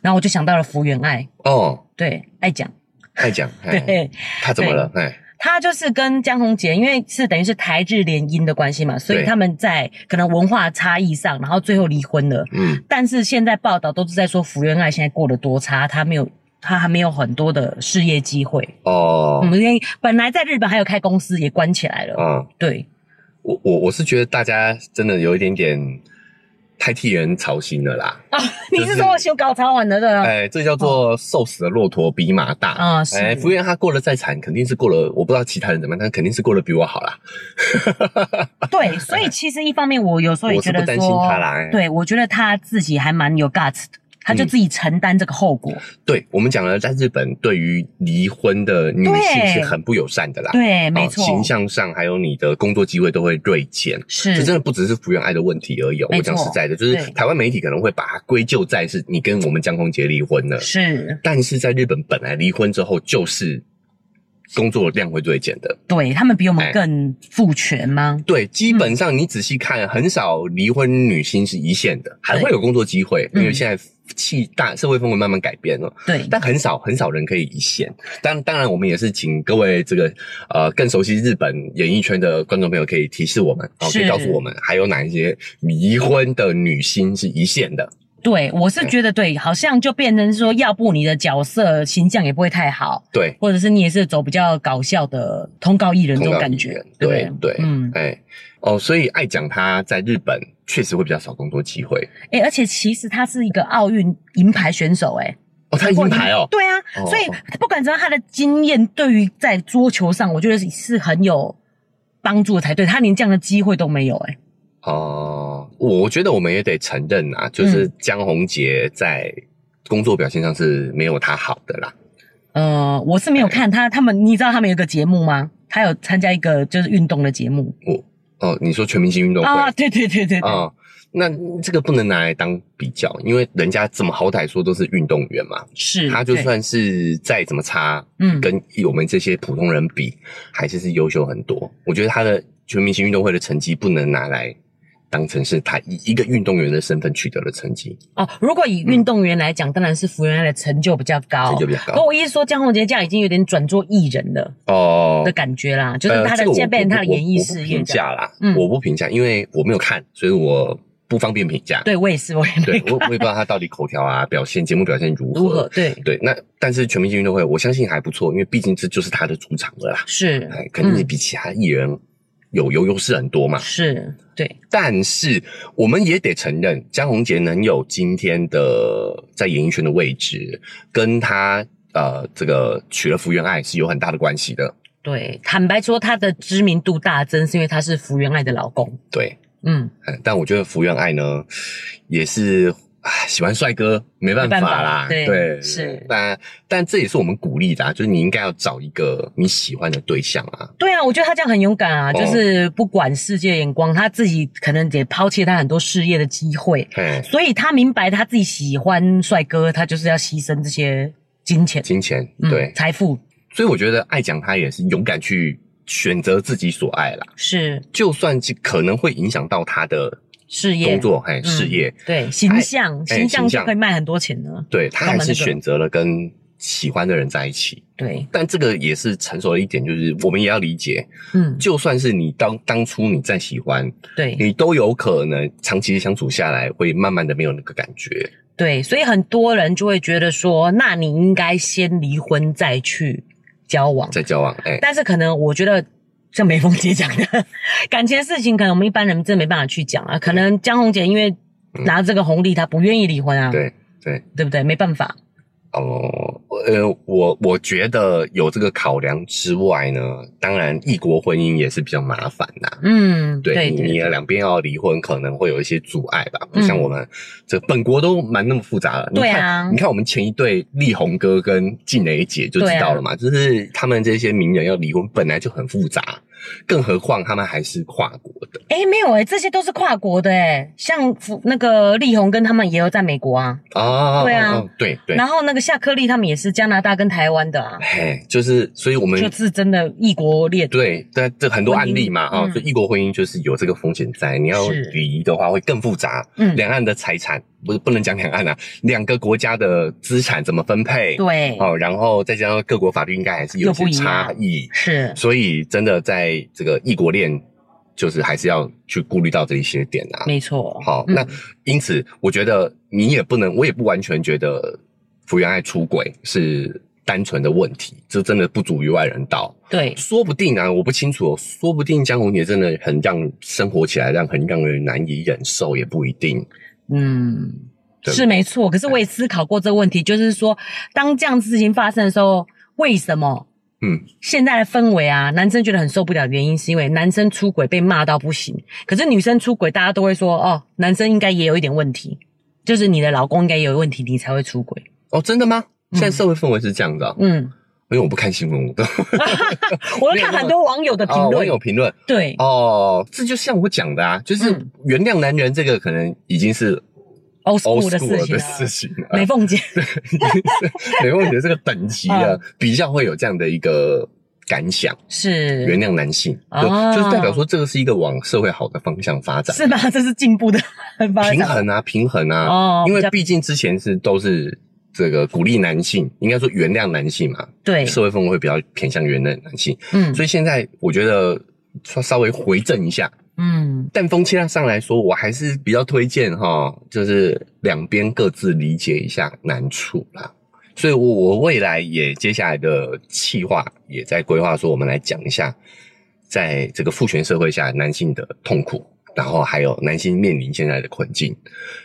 Speaker 2: 然后我就想到了福原爱，
Speaker 1: 哦，
Speaker 2: 对，爱讲，
Speaker 1: 爱讲，哎
Speaker 2: 对，
Speaker 1: 他怎么了？哎，
Speaker 2: 他就是跟江宏杰，因为是等于是台日联姻的关系嘛，所以
Speaker 1: 对
Speaker 2: 他们在可能文化差异上，然后最后离婚了。
Speaker 1: 嗯，
Speaker 2: 但是现在报道都是在说福原爱现在过得多差，她没有，她还没有很多的事业机会。
Speaker 1: 哦
Speaker 2: 我，们愿意本来在日本还有开公司，也关起来 了。
Speaker 1: 啊，
Speaker 2: 对，
Speaker 1: 我我我是觉得大家真的有一点点太替人操心了啦。
Speaker 2: 啊，你
Speaker 1: 就是
Speaker 2: 是说我修稿超晚的对吧？
Speaker 1: 哎，这叫做瘦死的骆驼比马大
Speaker 2: 啊嗯哦是
Speaker 1: 哎， 福原他过得再惨，肯定是过了，我不知道其他人怎么样，但肯定是过得比我好啦。
Speaker 2: 对，所以其实一方面我有时候也
Speaker 1: 我是
Speaker 2: 觉
Speaker 1: 不
Speaker 2: 得
Speaker 1: 担心
Speaker 2: 说
Speaker 1: 他啦哎，
Speaker 2: 对我觉得他自己还蛮有 guts 的，他就
Speaker 1: 嗯啊
Speaker 2: 自己承担这个后果。
Speaker 1: 对我们讲了，在日本对于离婚的女性
Speaker 2: 对
Speaker 1: 是很不友善的啦。
Speaker 2: 对，
Speaker 1: 哦，
Speaker 2: 没错，
Speaker 1: 形象上还有你的工作机会都会锐减。
Speaker 2: 是
Speaker 1: 这真的不只是福原爱的问题而已、哦。
Speaker 2: 嗯没
Speaker 1: 我
Speaker 2: 错
Speaker 1: 讲实在的，就是
Speaker 2: 对
Speaker 1: 台湾媒体可能会把它归咎在是你跟我们江宏杰离婚了，
Speaker 2: 是，
Speaker 1: 但是在日本本来离婚之后就是工作量会锐减的。
Speaker 2: 对他们比我们
Speaker 1: 哎
Speaker 2: 更父权吗？
Speaker 1: 对，基本上你仔细看，很少离婚女星是一线的，还会有工作机会，因为
Speaker 2: 嗯
Speaker 1: 现在气大社会氛围慢慢改变了。
Speaker 2: 对，
Speaker 1: 但很少很少人可以一线。当当然，我们也是请各位这个呃更熟悉日本演艺圈的观众朋友可以提示我们，哦，可
Speaker 2: 是
Speaker 1: 以告诉我们还有哪一些离婚的女星是一线的。
Speaker 2: 对我是觉得对，好像就变成说，要不你的角色形象也不会太好，
Speaker 1: 对，
Speaker 2: 或者是你也是走比较搞笑的通告艺人
Speaker 1: 同
Speaker 2: 这种
Speaker 1: 道
Speaker 2: 感
Speaker 1: 艺
Speaker 2: 觉
Speaker 1: 人，对
Speaker 2: 不
Speaker 1: 对，
Speaker 2: 嗯，
Speaker 1: 哎、哦，所以爱讲她在日本确实会比较少工作机会。
Speaker 2: 哎，而且其实他是一个奥运银牌选手，哎，
Speaker 1: 哦，她银牌哦，
Speaker 2: 对啊，
Speaker 1: 哦
Speaker 2: 所以不管怎样，他的经验对于在桌球上，我觉得是很有帮助的才对，他连这样的机会都没有，哎，
Speaker 1: 哦，我觉得我们也得承认啊，就是江宏杰在工作表现上是没有她好的啦。
Speaker 2: 呃，我是没有看他他们，你知道他们有个节目吗？他有参加一个就是运动的节目
Speaker 1: 哦，你说全明星运动会
Speaker 2: 啊，对对对对对，
Speaker 1: 啊、那这个不能拿来当比较，因为人家怎么好歹说都是运动员嘛，
Speaker 2: 是
Speaker 1: 他就
Speaker 2: 嗯对
Speaker 1: 算是再怎么差，
Speaker 2: 嗯
Speaker 1: 跟我们这些普通人比，还是是优秀很多。我觉得他的全明星运动会的成绩不能拿来当成是他以一个运动员的身份取得的成绩，
Speaker 2: 哦，如果以运动员来讲，当然是福原爱的成就比较高
Speaker 1: 成。就比较
Speaker 2: 可
Speaker 1: 高。
Speaker 2: 我一说江宏杰这样已经有点转做艺人了
Speaker 1: 哦
Speaker 2: 的感觉啦，就是
Speaker 1: 呃，
Speaker 2: 他
Speaker 1: 这
Speaker 2: 的
Speaker 1: 个我
Speaker 2: 现在变成他的
Speaker 1: 我
Speaker 2: 演艺
Speaker 1: 我不
Speaker 2: 事业
Speaker 1: 评
Speaker 2: 这样。
Speaker 1: 价啦，
Speaker 2: 嗯
Speaker 1: 我不评价，因为我没有看，所以我不方便评价。
Speaker 2: 对我也是，我也没
Speaker 1: 对我我也不知道他到底口条啊、表现、节目表现如何。
Speaker 2: 如何对
Speaker 1: 对，那但是全明星运动会，我相信还不错，因为毕竟这就是他的主场了啦，
Speaker 2: 是
Speaker 1: 哎，肯定是比其他艺人有有优势很多嘛。
Speaker 2: 嗯是对
Speaker 1: 但是我们也得承认，江宏杰能有今天的在演艺圈的位置，跟他呃这个娶了福原爱是有很大的关系的。
Speaker 2: 对，坦白说他的知名度大增是因为他是福原爱的老公，
Speaker 1: 对，
Speaker 2: 嗯，
Speaker 1: 嗯但我觉得福原爱呢，也是。唉喜欢帅哥没办法
Speaker 2: 没办法
Speaker 1: 啦，
Speaker 2: 对
Speaker 1: 对，
Speaker 2: 是
Speaker 1: 但但这也是我们鼓励的、啊，就是你应该要找一个你喜欢的对象啊，
Speaker 2: 对啊，我觉得他这样很勇敢啊，
Speaker 1: 哦
Speaker 2: 就是不管世界眼光，他自己可能也抛弃他很多事业的机会，
Speaker 1: 哎，
Speaker 2: 所以他明白他自己喜欢帅哥，他就是要牺牲这些金钱、
Speaker 1: 金钱，
Speaker 2: 嗯
Speaker 1: 对，
Speaker 2: 财富
Speaker 1: 所以我觉得爱讲他也是勇敢去选择自己所爱啦，
Speaker 2: 是
Speaker 1: 就算是可能会影响到他的
Speaker 2: 事业、
Speaker 1: 工作还
Speaker 2: 嗯、
Speaker 1: 事业，
Speaker 2: 对形象，
Speaker 1: 哎
Speaker 2: 形象
Speaker 1: 形
Speaker 2: 就
Speaker 1: 象
Speaker 2: 可以卖很多钱呢。
Speaker 1: 对他还
Speaker 2: 干嘛那
Speaker 1: 是
Speaker 2: 个
Speaker 1: 选择了跟喜欢的人在一起。
Speaker 2: 对，
Speaker 1: 但这个也是成熟的一点，就是我们也要理解，
Speaker 2: 嗯，
Speaker 1: 就算是你当当初你再喜欢，
Speaker 2: 对
Speaker 1: 你都有可能长期相处下来会慢慢的没有那个感觉。
Speaker 2: 对，所以很多人就会觉得说，那你应该先离婚再去交往。
Speaker 1: 在交往，哎、
Speaker 2: 但是可能我觉得，像梅凤姐讲的， 感情的事情，可能我们一般人真的没办法去讲
Speaker 1: 嗯
Speaker 2: 啊。可能江宏姐因为拿这个红利，她不愿意离婚啊，
Speaker 1: 对对，
Speaker 2: 对不对？没办法，
Speaker 1: 哦，呃，我我觉得有这个考量之外呢，当然异国婚姻也是比较麻烦呐、
Speaker 2: 嗯，
Speaker 1: 对
Speaker 2: 对
Speaker 1: 你
Speaker 2: 对
Speaker 1: 你两边要离婚，可能会有一些阻碍吧，不
Speaker 2: 嗯
Speaker 1: 像我们、这本国都蛮那么复杂的。
Speaker 2: 对啊
Speaker 1: 你看，你看我们前一对力宏哥跟静蕾姐就
Speaker 2: 啊
Speaker 1: 知道了嘛，就是他们这些名人要离婚本来就很复杂，更何况他们还是跨国的。
Speaker 2: 哎，没有哎、这些都是跨国的哎、像福那个力宏跟他们也有在美国啊，
Speaker 1: 哦，
Speaker 2: 对啊
Speaker 1: 哦哦对对，
Speaker 2: 然后那个夏克利他们也是加拿大跟台湾的啊，
Speaker 1: 嘿，就是所以我们
Speaker 2: 就是真的异国恋，
Speaker 1: 对，但这很多案例嘛，
Speaker 2: 婚姻
Speaker 1: 哈、
Speaker 2: 嗯
Speaker 1: 所以异国婚姻就是有这个风险在。你要
Speaker 2: 是
Speaker 1: 离的话会更复杂，
Speaker 2: 嗯，
Speaker 1: 两岸的财产不是不能讲两岸啊，两个国家的资产怎么分配？
Speaker 2: 对，
Speaker 1: 哦，然后再加上各国法律应该还是有
Speaker 2: 又不
Speaker 1: 些
Speaker 2: 一样
Speaker 1: 差异，
Speaker 2: 是
Speaker 1: 所以真的在这个异国恋，就是还是要去顾虑到这一些点啊。
Speaker 2: 没错。
Speaker 1: 好，
Speaker 2: 嗯
Speaker 1: 那因此我觉得你也不能，我也不完全觉得福原爱出轨是单纯的问题，这真的不足于外人道。
Speaker 2: 对
Speaker 1: 说不定啊，我不清楚、哦，说不定江宏杰真的很让生活起来让很让人难以忍受，也不一定。
Speaker 2: 嗯，
Speaker 1: 对不对
Speaker 2: 是没错。可是我也思考过这个问题，就是说，当这样的事情发生的时候，为什么？
Speaker 1: 嗯，
Speaker 2: 现在的氛围啊，男生觉得很受不了，原因是因为男生出轨被骂到不行，可是女生出轨，大家都会说哦，男生应该也有一点问题，就是你的老公应该也有问题，你才会出轨。
Speaker 1: 哦，真的吗？现在社会氛围是这样子啊，
Speaker 2: 嗯，
Speaker 1: 因为我不看新闻，我都
Speaker 2: 我都看很多网友的评
Speaker 1: 哦，我
Speaker 2: 论，
Speaker 1: 有评论
Speaker 2: 对，
Speaker 1: 哦，这就像我讲的啊，就是
Speaker 2: 嗯
Speaker 1: 原谅男人这个可能已经是
Speaker 2: old
Speaker 1: old
Speaker 2: school 的
Speaker 1: school
Speaker 2: 事情
Speaker 1: 的
Speaker 2: 啊，
Speaker 1: 事情了，
Speaker 2: 美凤姐，
Speaker 1: 美凤姐这个等级的
Speaker 2: 嗯
Speaker 1: 比较会有这样的一个感想，
Speaker 2: 是
Speaker 1: 原谅男性，
Speaker 2: 哦
Speaker 1: 就就是代表说这个是一个往社会好的方向发展，
Speaker 2: 是吧？这是进步的发展
Speaker 1: 平衡啊，平衡
Speaker 2: 哦
Speaker 1: 啊，因
Speaker 2: 比
Speaker 1: 为
Speaker 2: 较
Speaker 1: 毕竟之前是都是这个鼓励男性，应该说原谅男性嘛，
Speaker 2: 对，
Speaker 1: 社会氛围会比较偏向原谅男性，
Speaker 2: 嗯
Speaker 1: 所以现在我觉得稍稍微回正一下，
Speaker 2: 嗯，
Speaker 1: 但风气上来说，我还是比较推荐哈，就是两边各自理解一下难处啦。所以我，我未来也接下来的计划也在规划说，我们来讲一下，在这个父权社会下男性的痛苦，然后还有男性面临现在的困境。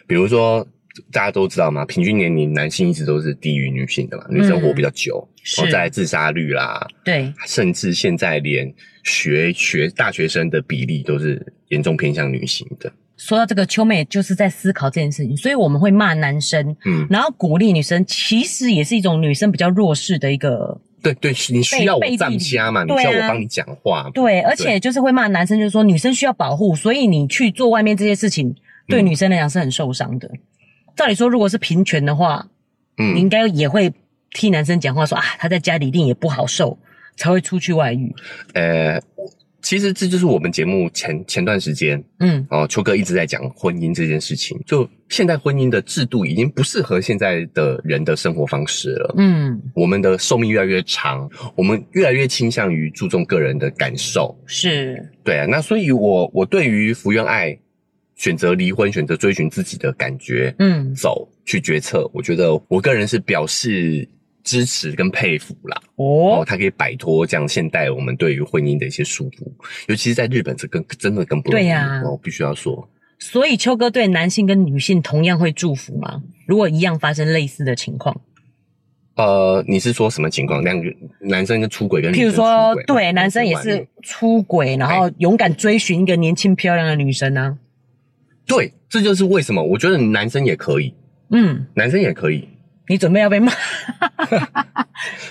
Speaker 1: 比如说，大家都知道嘛，平均年龄男性一直都是低于女性的嘛，女生活比较久，
Speaker 2: 是
Speaker 1: 然后再来自杀率啦，
Speaker 2: 对，
Speaker 1: 甚至现在连学学大学生的比例都是严重偏向女性的。
Speaker 2: 说到这个，秋妹就是在思考这件事情，所以我们会骂男生，
Speaker 1: 嗯，
Speaker 2: 然后鼓励女生，其实也是一种女生比较弱势的一个。
Speaker 1: 对对，你需要我站家嘛？
Speaker 2: 被
Speaker 1: 你需要
Speaker 2: 对啊
Speaker 1: 我帮你讲话。
Speaker 2: 对，而且就是会骂男生，就是说女生需要保护，所以你去做外面这些事情，对女生来讲是很受伤的。照理说，如果是平权的话，你
Speaker 1: 嗯
Speaker 2: 应，该也会替男生讲话说啊，他在家里一定也不好受，才会出去外遇。
Speaker 1: 呃，其实这就是我们节目前前段时间
Speaker 2: 嗯，
Speaker 1: 哦，秋哥一直在讲婚姻这件事情。就现代婚姻的制度已经不适合现在的人的生活方式了。
Speaker 2: 嗯，
Speaker 1: 我们的寿命越来越长，我们越来越倾向于注重个人的感受，
Speaker 2: 是，
Speaker 1: 对啊，那所以我我对于福原爱选择离婚、选择追寻自己的感觉、
Speaker 2: 嗯，
Speaker 1: 走去决策，我觉得我个人是表示支持跟佩服啦。哦，
Speaker 2: 哦，
Speaker 1: 他可以摆脱这样现代我们对于婚姻的一些束缚，尤其是在日本，这更真的更不容易。
Speaker 2: 对呀
Speaker 1: 我必须要说，
Speaker 2: 所以秋哥对男性跟女性同样会祝福吗？如果一样发生类似的情况，
Speaker 1: 呃，你是说什么情况？两个男生跟出轨跟女
Speaker 2: 譬
Speaker 1: 生
Speaker 2: 如说
Speaker 1: 出轨，
Speaker 2: 对男生也是出轨，然后勇敢追寻一个年轻漂亮的女生啊呢、
Speaker 1: 对，这就是为什么我觉得男生也可以，
Speaker 2: 嗯，
Speaker 1: 男生也可以，
Speaker 2: 你准备要被骂？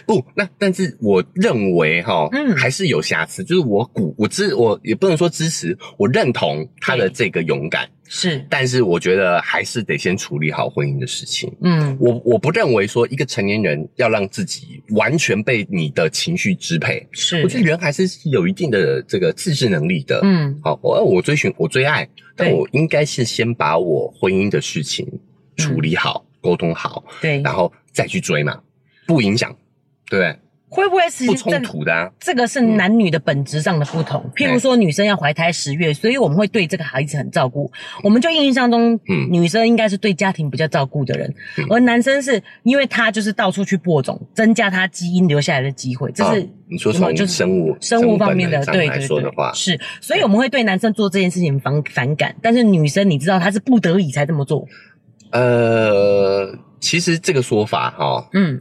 Speaker 1: 不，哦那但是我认为哈，
Speaker 2: 嗯
Speaker 1: 还是有瑕疵。就是我鼓，我支，我也不能说支持，我认同他的这个勇敢，
Speaker 2: 是，
Speaker 1: 但是我觉得还是得先处理好婚姻的事情。
Speaker 2: 嗯，
Speaker 1: 我我不认为说一个成年人要让自己完全被你的情绪支配，我觉得
Speaker 2: 是，
Speaker 1: 人还是有一定的这个自制能力的。
Speaker 2: 嗯，
Speaker 1: 好，我我追寻我最爱，但
Speaker 2: 对
Speaker 1: 我应该是先把我婚姻的事情
Speaker 2: 嗯
Speaker 1: 处理好、沟通好，
Speaker 2: 对，
Speaker 1: 然后再去追嘛，不影响，对不对？
Speaker 2: 会不会是
Speaker 1: 不冲突的嗯啊。
Speaker 2: 这个是男女的本质上的不同。譬如说，女生要怀胎十月，所以我们会对这个孩子很照顾。我们就印象中，
Speaker 1: 嗯
Speaker 2: 女生应该是对家庭比较照顾的人，
Speaker 1: 嗯
Speaker 2: 而男生是因为他就是到处去播种，增加他基因留下来的机会。这是、
Speaker 1: 啊你说
Speaker 2: 有没有
Speaker 1: 从
Speaker 2: 就是
Speaker 1: 生物
Speaker 2: 生物方面的
Speaker 1: 生物本能上
Speaker 2: 对
Speaker 1: 来
Speaker 2: 对
Speaker 1: 说
Speaker 2: 对
Speaker 1: 的话，
Speaker 2: 是，所以我们会对男生做这件事情反反感，但是女生你知道她是不得已才这么做，
Speaker 1: 呃，其实这个说法哈、
Speaker 2: 嗯，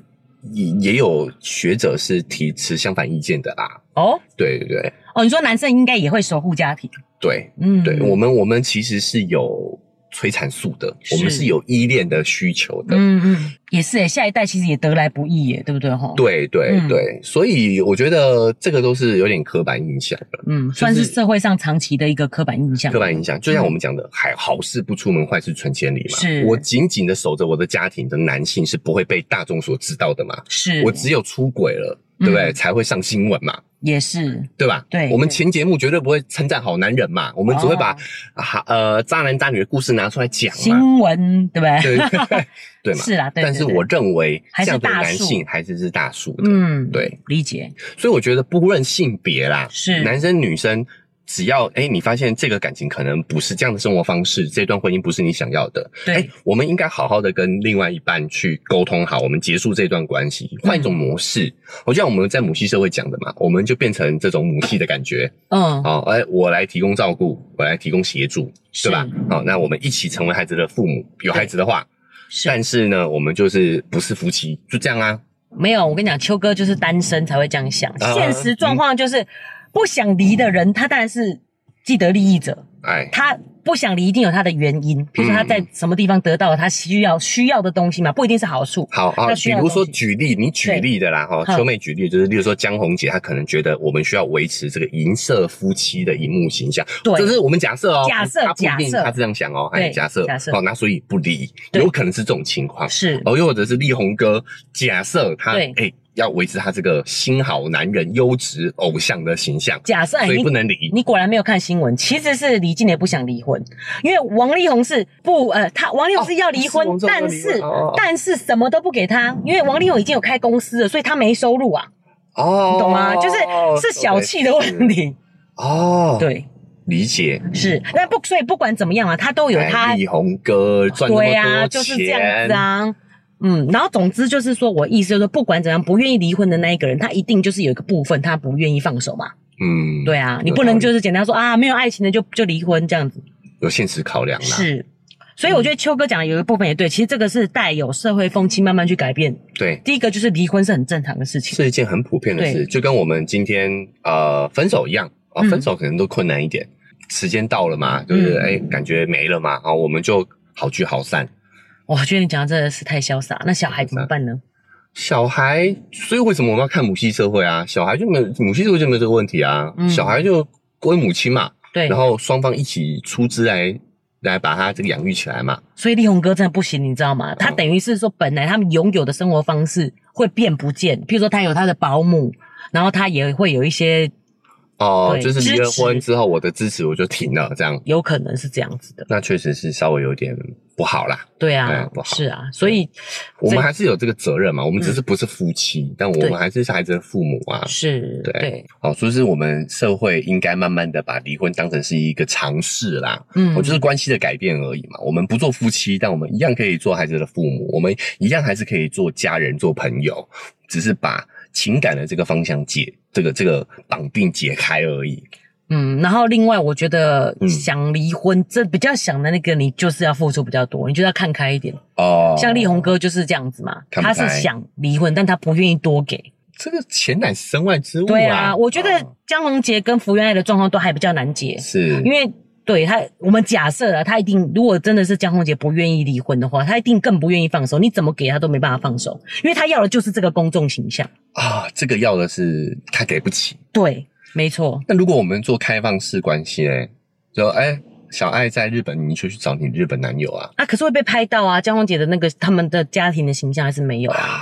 Speaker 1: 也也有学者是提持相反意见的啦。
Speaker 2: 哦
Speaker 1: 对对对
Speaker 2: 哦，你说男生应该也会守护家庭，
Speaker 1: 对
Speaker 2: 嗯，
Speaker 1: 对，我们我们其实是有催产素的，我们
Speaker 2: 是
Speaker 1: 是有依恋的需求的。
Speaker 2: 嗯嗯也是诶，下一代其实也得来不易耶，对不对哈？，
Speaker 1: 对对
Speaker 2: 嗯
Speaker 1: 对，所以我觉得这个都是有点刻板印象了。
Speaker 2: 嗯，算是社会上长期的一个刻板印象，
Speaker 1: 刻板印象，就像
Speaker 2: 嗯
Speaker 1: 我们讲的，还好事不出门，坏事传千里嘛。
Speaker 2: 是
Speaker 1: 我紧紧的守着我的家庭的男性是不会被大众所知道的嘛。
Speaker 2: 是，
Speaker 1: 我只有出轨了，对不对？
Speaker 2: 嗯
Speaker 1: 才会上新闻嘛，
Speaker 2: 也是，
Speaker 1: 对吧？
Speaker 2: 对
Speaker 1: 我们
Speaker 2: 对
Speaker 1: 前节目绝对不会称赞好男人嘛，我们只会把
Speaker 2: 哦
Speaker 1: 啊呃渣男渣女的故事拿出来讲嘛，
Speaker 2: 新闻对不对？
Speaker 1: 对 对嘛。
Speaker 2: 是啦，对，
Speaker 1: 但是
Speaker 2: 对对
Speaker 1: 我认为
Speaker 2: 还
Speaker 1: 这
Speaker 2: 是
Speaker 1: 样的
Speaker 2: 大
Speaker 1: 男
Speaker 2: 数
Speaker 1: 性还是是大数的，
Speaker 2: 嗯
Speaker 1: 对，
Speaker 2: 理解
Speaker 1: 所以我觉得不论性别啦，
Speaker 2: 是
Speaker 1: 男生女生。只要哎，你发现这个感情可能不是这样的生活方式，这段婚姻不是你想要的，
Speaker 2: 对
Speaker 1: 哎，我们应该好好的跟另外一半去沟通好，我们结束这段关系，
Speaker 2: 嗯
Speaker 1: 换一种模式。我就像我们在母系社会讲的嘛，我们就变成这种母系的感觉，
Speaker 2: 嗯，
Speaker 1: 好、哎，我来提供照顾，我来提供协助，
Speaker 2: 是
Speaker 1: 对吧？好、那我们一起成为孩子的父母，有孩子的话，
Speaker 2: 是
Speaker 1: 但是呢，我们就是不是夫妻，就这样啊。
Speaker 2: 没有。我跟你讲，秋哥就是单身才会这样想，
Speaker 1: 啊
Speaker 2: 现实状况就是不想离的人，他当然是既得利益者，
Speaker 1: 哎，
Speaker 2: 他不想离一定有他的原因，比如说他
Speaker 1: 嗯
Speaker 2: 在什么地方得到了他需要需要的东西嘛，不一定是好处。
Speaker 1: 好啊，
Speaker 2: 那需
Speaker 1: 比
Speaker 2: 要的
Speaker 1: 如说
Speaker 2: 东西
Speaker 1: 举例，你举例的啦哈，
Speaker 2: 好
Speaker 1: 秋妹举例就是，例如说江红姐，她可能觉得我们需要维持这个银色夫妻的荧幕形象，
Speaker 2: 对
Speaker 1: 这是我们假设哦，
Speaker 2: 假设
Speaker 1: 她不一定
Speaker 2: 假设
Speaker 1: 她这样想哦，哎，
Speaker 2: 对
Speaker 1: 假设，
Speaker 2: 假设
Speaker 1: 好，那所以不离，
Speaker 2: 对
Speaker 1: 有可能是这种情况，
Speaker 2: 是
Speaker 1: 哦，又或者是力宏哥，假设他
Speaker 2: 对
Speaker 1: 哎要维持他这个新好男人、优质偶像的形象，
Speaker 2: 假设哎
Speaker 1: 所以
Speaker 2: 你
Speaker 1: 不能离，
Speaker 2: 你果然没有看新闻，其实是李静蕾不想离婚，因为王力宏是不呃，他王力宏是要离婚，
Speaker 1: 哦王力宏要离婚
Speaker 2: 但是、
Speaker 1: 哦
Speaker 2: 但是什么都不给他，因为王力宏已经有开公司了，所以他没收入啊，
Speaker 1: 哦
Speaker 2: 你懂吗？就是是小气的问题，
Speaker 1: 哦，，
Speaker 2: 对，
Speaker 1: 理解。
Speaker 2: 是那不所以不管怎么样啊，他都有他
Speaker 1: 哎力宏哥赚那么多
Speaker 2: 对
Speaker 1: 钱，
Speaker 2: 啊，就是这样子啊。嗯，然后总之就是说，我意思就是说，不管怎样，不愿意离婚的那一个人，他一定就是有一个部分他不愿意放手嘛。
Speaker 1: 嗯，
Speaker 2: 对啊，你
Speaker 1: 有
Speaker 2: 不
Speaker 1: 道
Speaker 2: 能
Speaker 1: 理
Speaker 2: 就是简单说啊，没有爱情的就就离婚这样子。
Speaker 1: 有现实考量啦。，
Speaker 2: 是，所以我觉
Speaker 1: 嗯
Speaker 2: 得秋哥讲的有一部分也对，其实这个是带有社会风气慢慢去改变。
Speaker 1: 对，
Speaker 2: 第一个就是离婚是很正常的事情，
Speaker 1: 是一件很普遍的事，
Speaker 2: 对
Speaker 1: 就跟我们今天呃分手一样啊，
Speaker 2: 嗯
Speaker 1: 分手可能都困难一点，时间到了嘛，就是
Speaker 2: 嗯
Speaker 1: 哎、感觉没了嘛，啊，我们就好聚好散。
Speaker 2: 哇，觉得你讲的真的是太潇洒。那小孩
Speaker 1: 啊
Speaker 2: 怎么办呢？
Speaker 1: 小孩，所以为什么我们要看母系社会啊？小孩就没有母系社会就没有这个问题啊，
Speaker 2: 嗯
Speaker 1: 小孩就归母亲嘛，
Speaker 2: 对
Speaker 1: 然，后双方一起出资来来把他这个养育起来嘛。
Speaker 2: 所以力宏哥真的不行，你知道吗？他
Speaker 1: 哦
Speaker 2: 等于是说，本来他们拥有的生活方式会变不见，譬如说他有他的保姆，然后他也会有一些
Speaker 1: 哦、
Speaker 2: 对
Speaker 1: 就是离了
Speaker 2: 支持
Speaker 1: 婚之后，我的支持我就停了，这样
Speaker 2: 有可能是这样子的。
Speaker 1: 那确实是稍微有点不好啦。
Speaker 2: 对
Speaker 1: 哎
Speaker 2: 啊
Speaker 1: 不，好
Speaker 2: 是啊，所以
Speaker 1: 我
Speaker 2: 这嗯
Speaker 1: 们还是有这个责任嘛，我们只是不是夫妻，但我们
Speaker 2: 对
Speaker 1: 还是孩子的父母啊。
Speaker 2: 是
Speaker 1: 对，好，所以是我们社会应该慢慢的把离婚当成是一个尝试啦，
Speaker 2: 嗯
Speaker 1: 我、就是关系的改变而已嘛。我们不做夫妻，但我们一样可以做孩子的父母，我们一样还是可以做家人、做朋友，只是把情感的这个方向解这个这个绑定解开而已。
Speaker 2: 嗯，然后另外我觉得
Speaker 1: 嗯
Speaker 2: 想离婚，这比较想的那个，你就是要付出比较多，你就要看开一点。
Speaker 1: 哦，
Speaker 2: 像力宏哥就是这样子嘛，
Speaker 1: 看不
Speaker 2: 他是
Speaker 1: 开
Speaker 2: 想离婚，但他不愿意多给。
Speaker 1: 这个钱乃是身外之物啊。
Speaker 2: 对啊，我觉得
Speaker 1: 哦
Speaker 2: 江宏杰跟福原爱的状况都还比较难解，
Speaker 1: 是
Speaker 2: 因为对他，我们假设啊，他一定如果真的是江宏杰不愿意离婚的话，他一定更不愿意放手，你怎么给他都没办法放手，因为他要的就是这个公众形象。
Speaker 1: 啊，这个要的是他给不起。
Speaker 2: 对，没错，
Speaker 1: 那如果我们做开放式关系嘞，就哎、小爱在日本，你就去找你日本男友啊。
Speaker 2: 啊，可是会被拍到啊，江宏杰的那个他们的家庭的形象还是没有啊。
Speaker 1: 啊，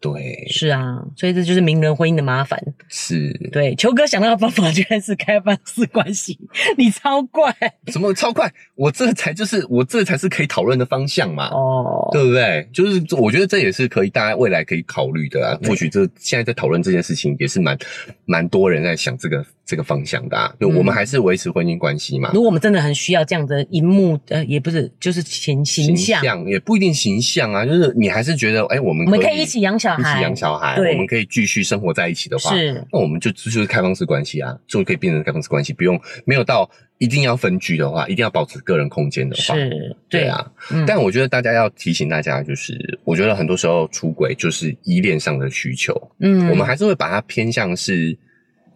Speaker 1: 对，
Speaker 2: 是啊，所以这就是名人婚姻的麻烦。
Speaker 1: 是
Speaker 2: 对，球哥想到的方法居然是开放式关系， 你超怪
Speaker 1: 怎么超快？我这才就是我这才是可以讨论的方向嘛。
Speaker 2: 哦。
Speaker 1: 对不对？就是我觉得这也是可以，大家未来可以考虑的啊。
Speaker 2: 对
Speaker 1: 或许这现在在讨论这件事情，也是蛮蛮多人在想这个这个方向的啊。就我们
Speaker 2: 嗯
Speaker 1: 还是维持婚姻关系嘛，
Speaker 2: 如果我们真的很需要这样的荧幕，呃，也不是，就是形形象，
Speaker 1: 也不一定形象啊，就是你还是觉得，哎，我们
Speaker 2: 我们可以一起养小
Speaker 1: 一
Speaker 2: 孩，
Speaker 1: 起养小孩，
Speaker 2: 对
Speaker 1: 我们可以继续生活在一起的话，
Speaker 2: 是
Speaker 1: 那我们就就是开放式关系啊，就可以变成开放式关系，不用没有到一定要分居的话，一定要保持个人空间的话，
Speaker 2: 是，
Speaker 1: 对，啊。
Speaker 2: 嗯
Speaker 1: 但我觉得大家要提醒大家，就是我觉得很多时候出轨就是依恋上的需求，
Speaker 2: 嗯
Speaker 1: 我们还是会把它偏向是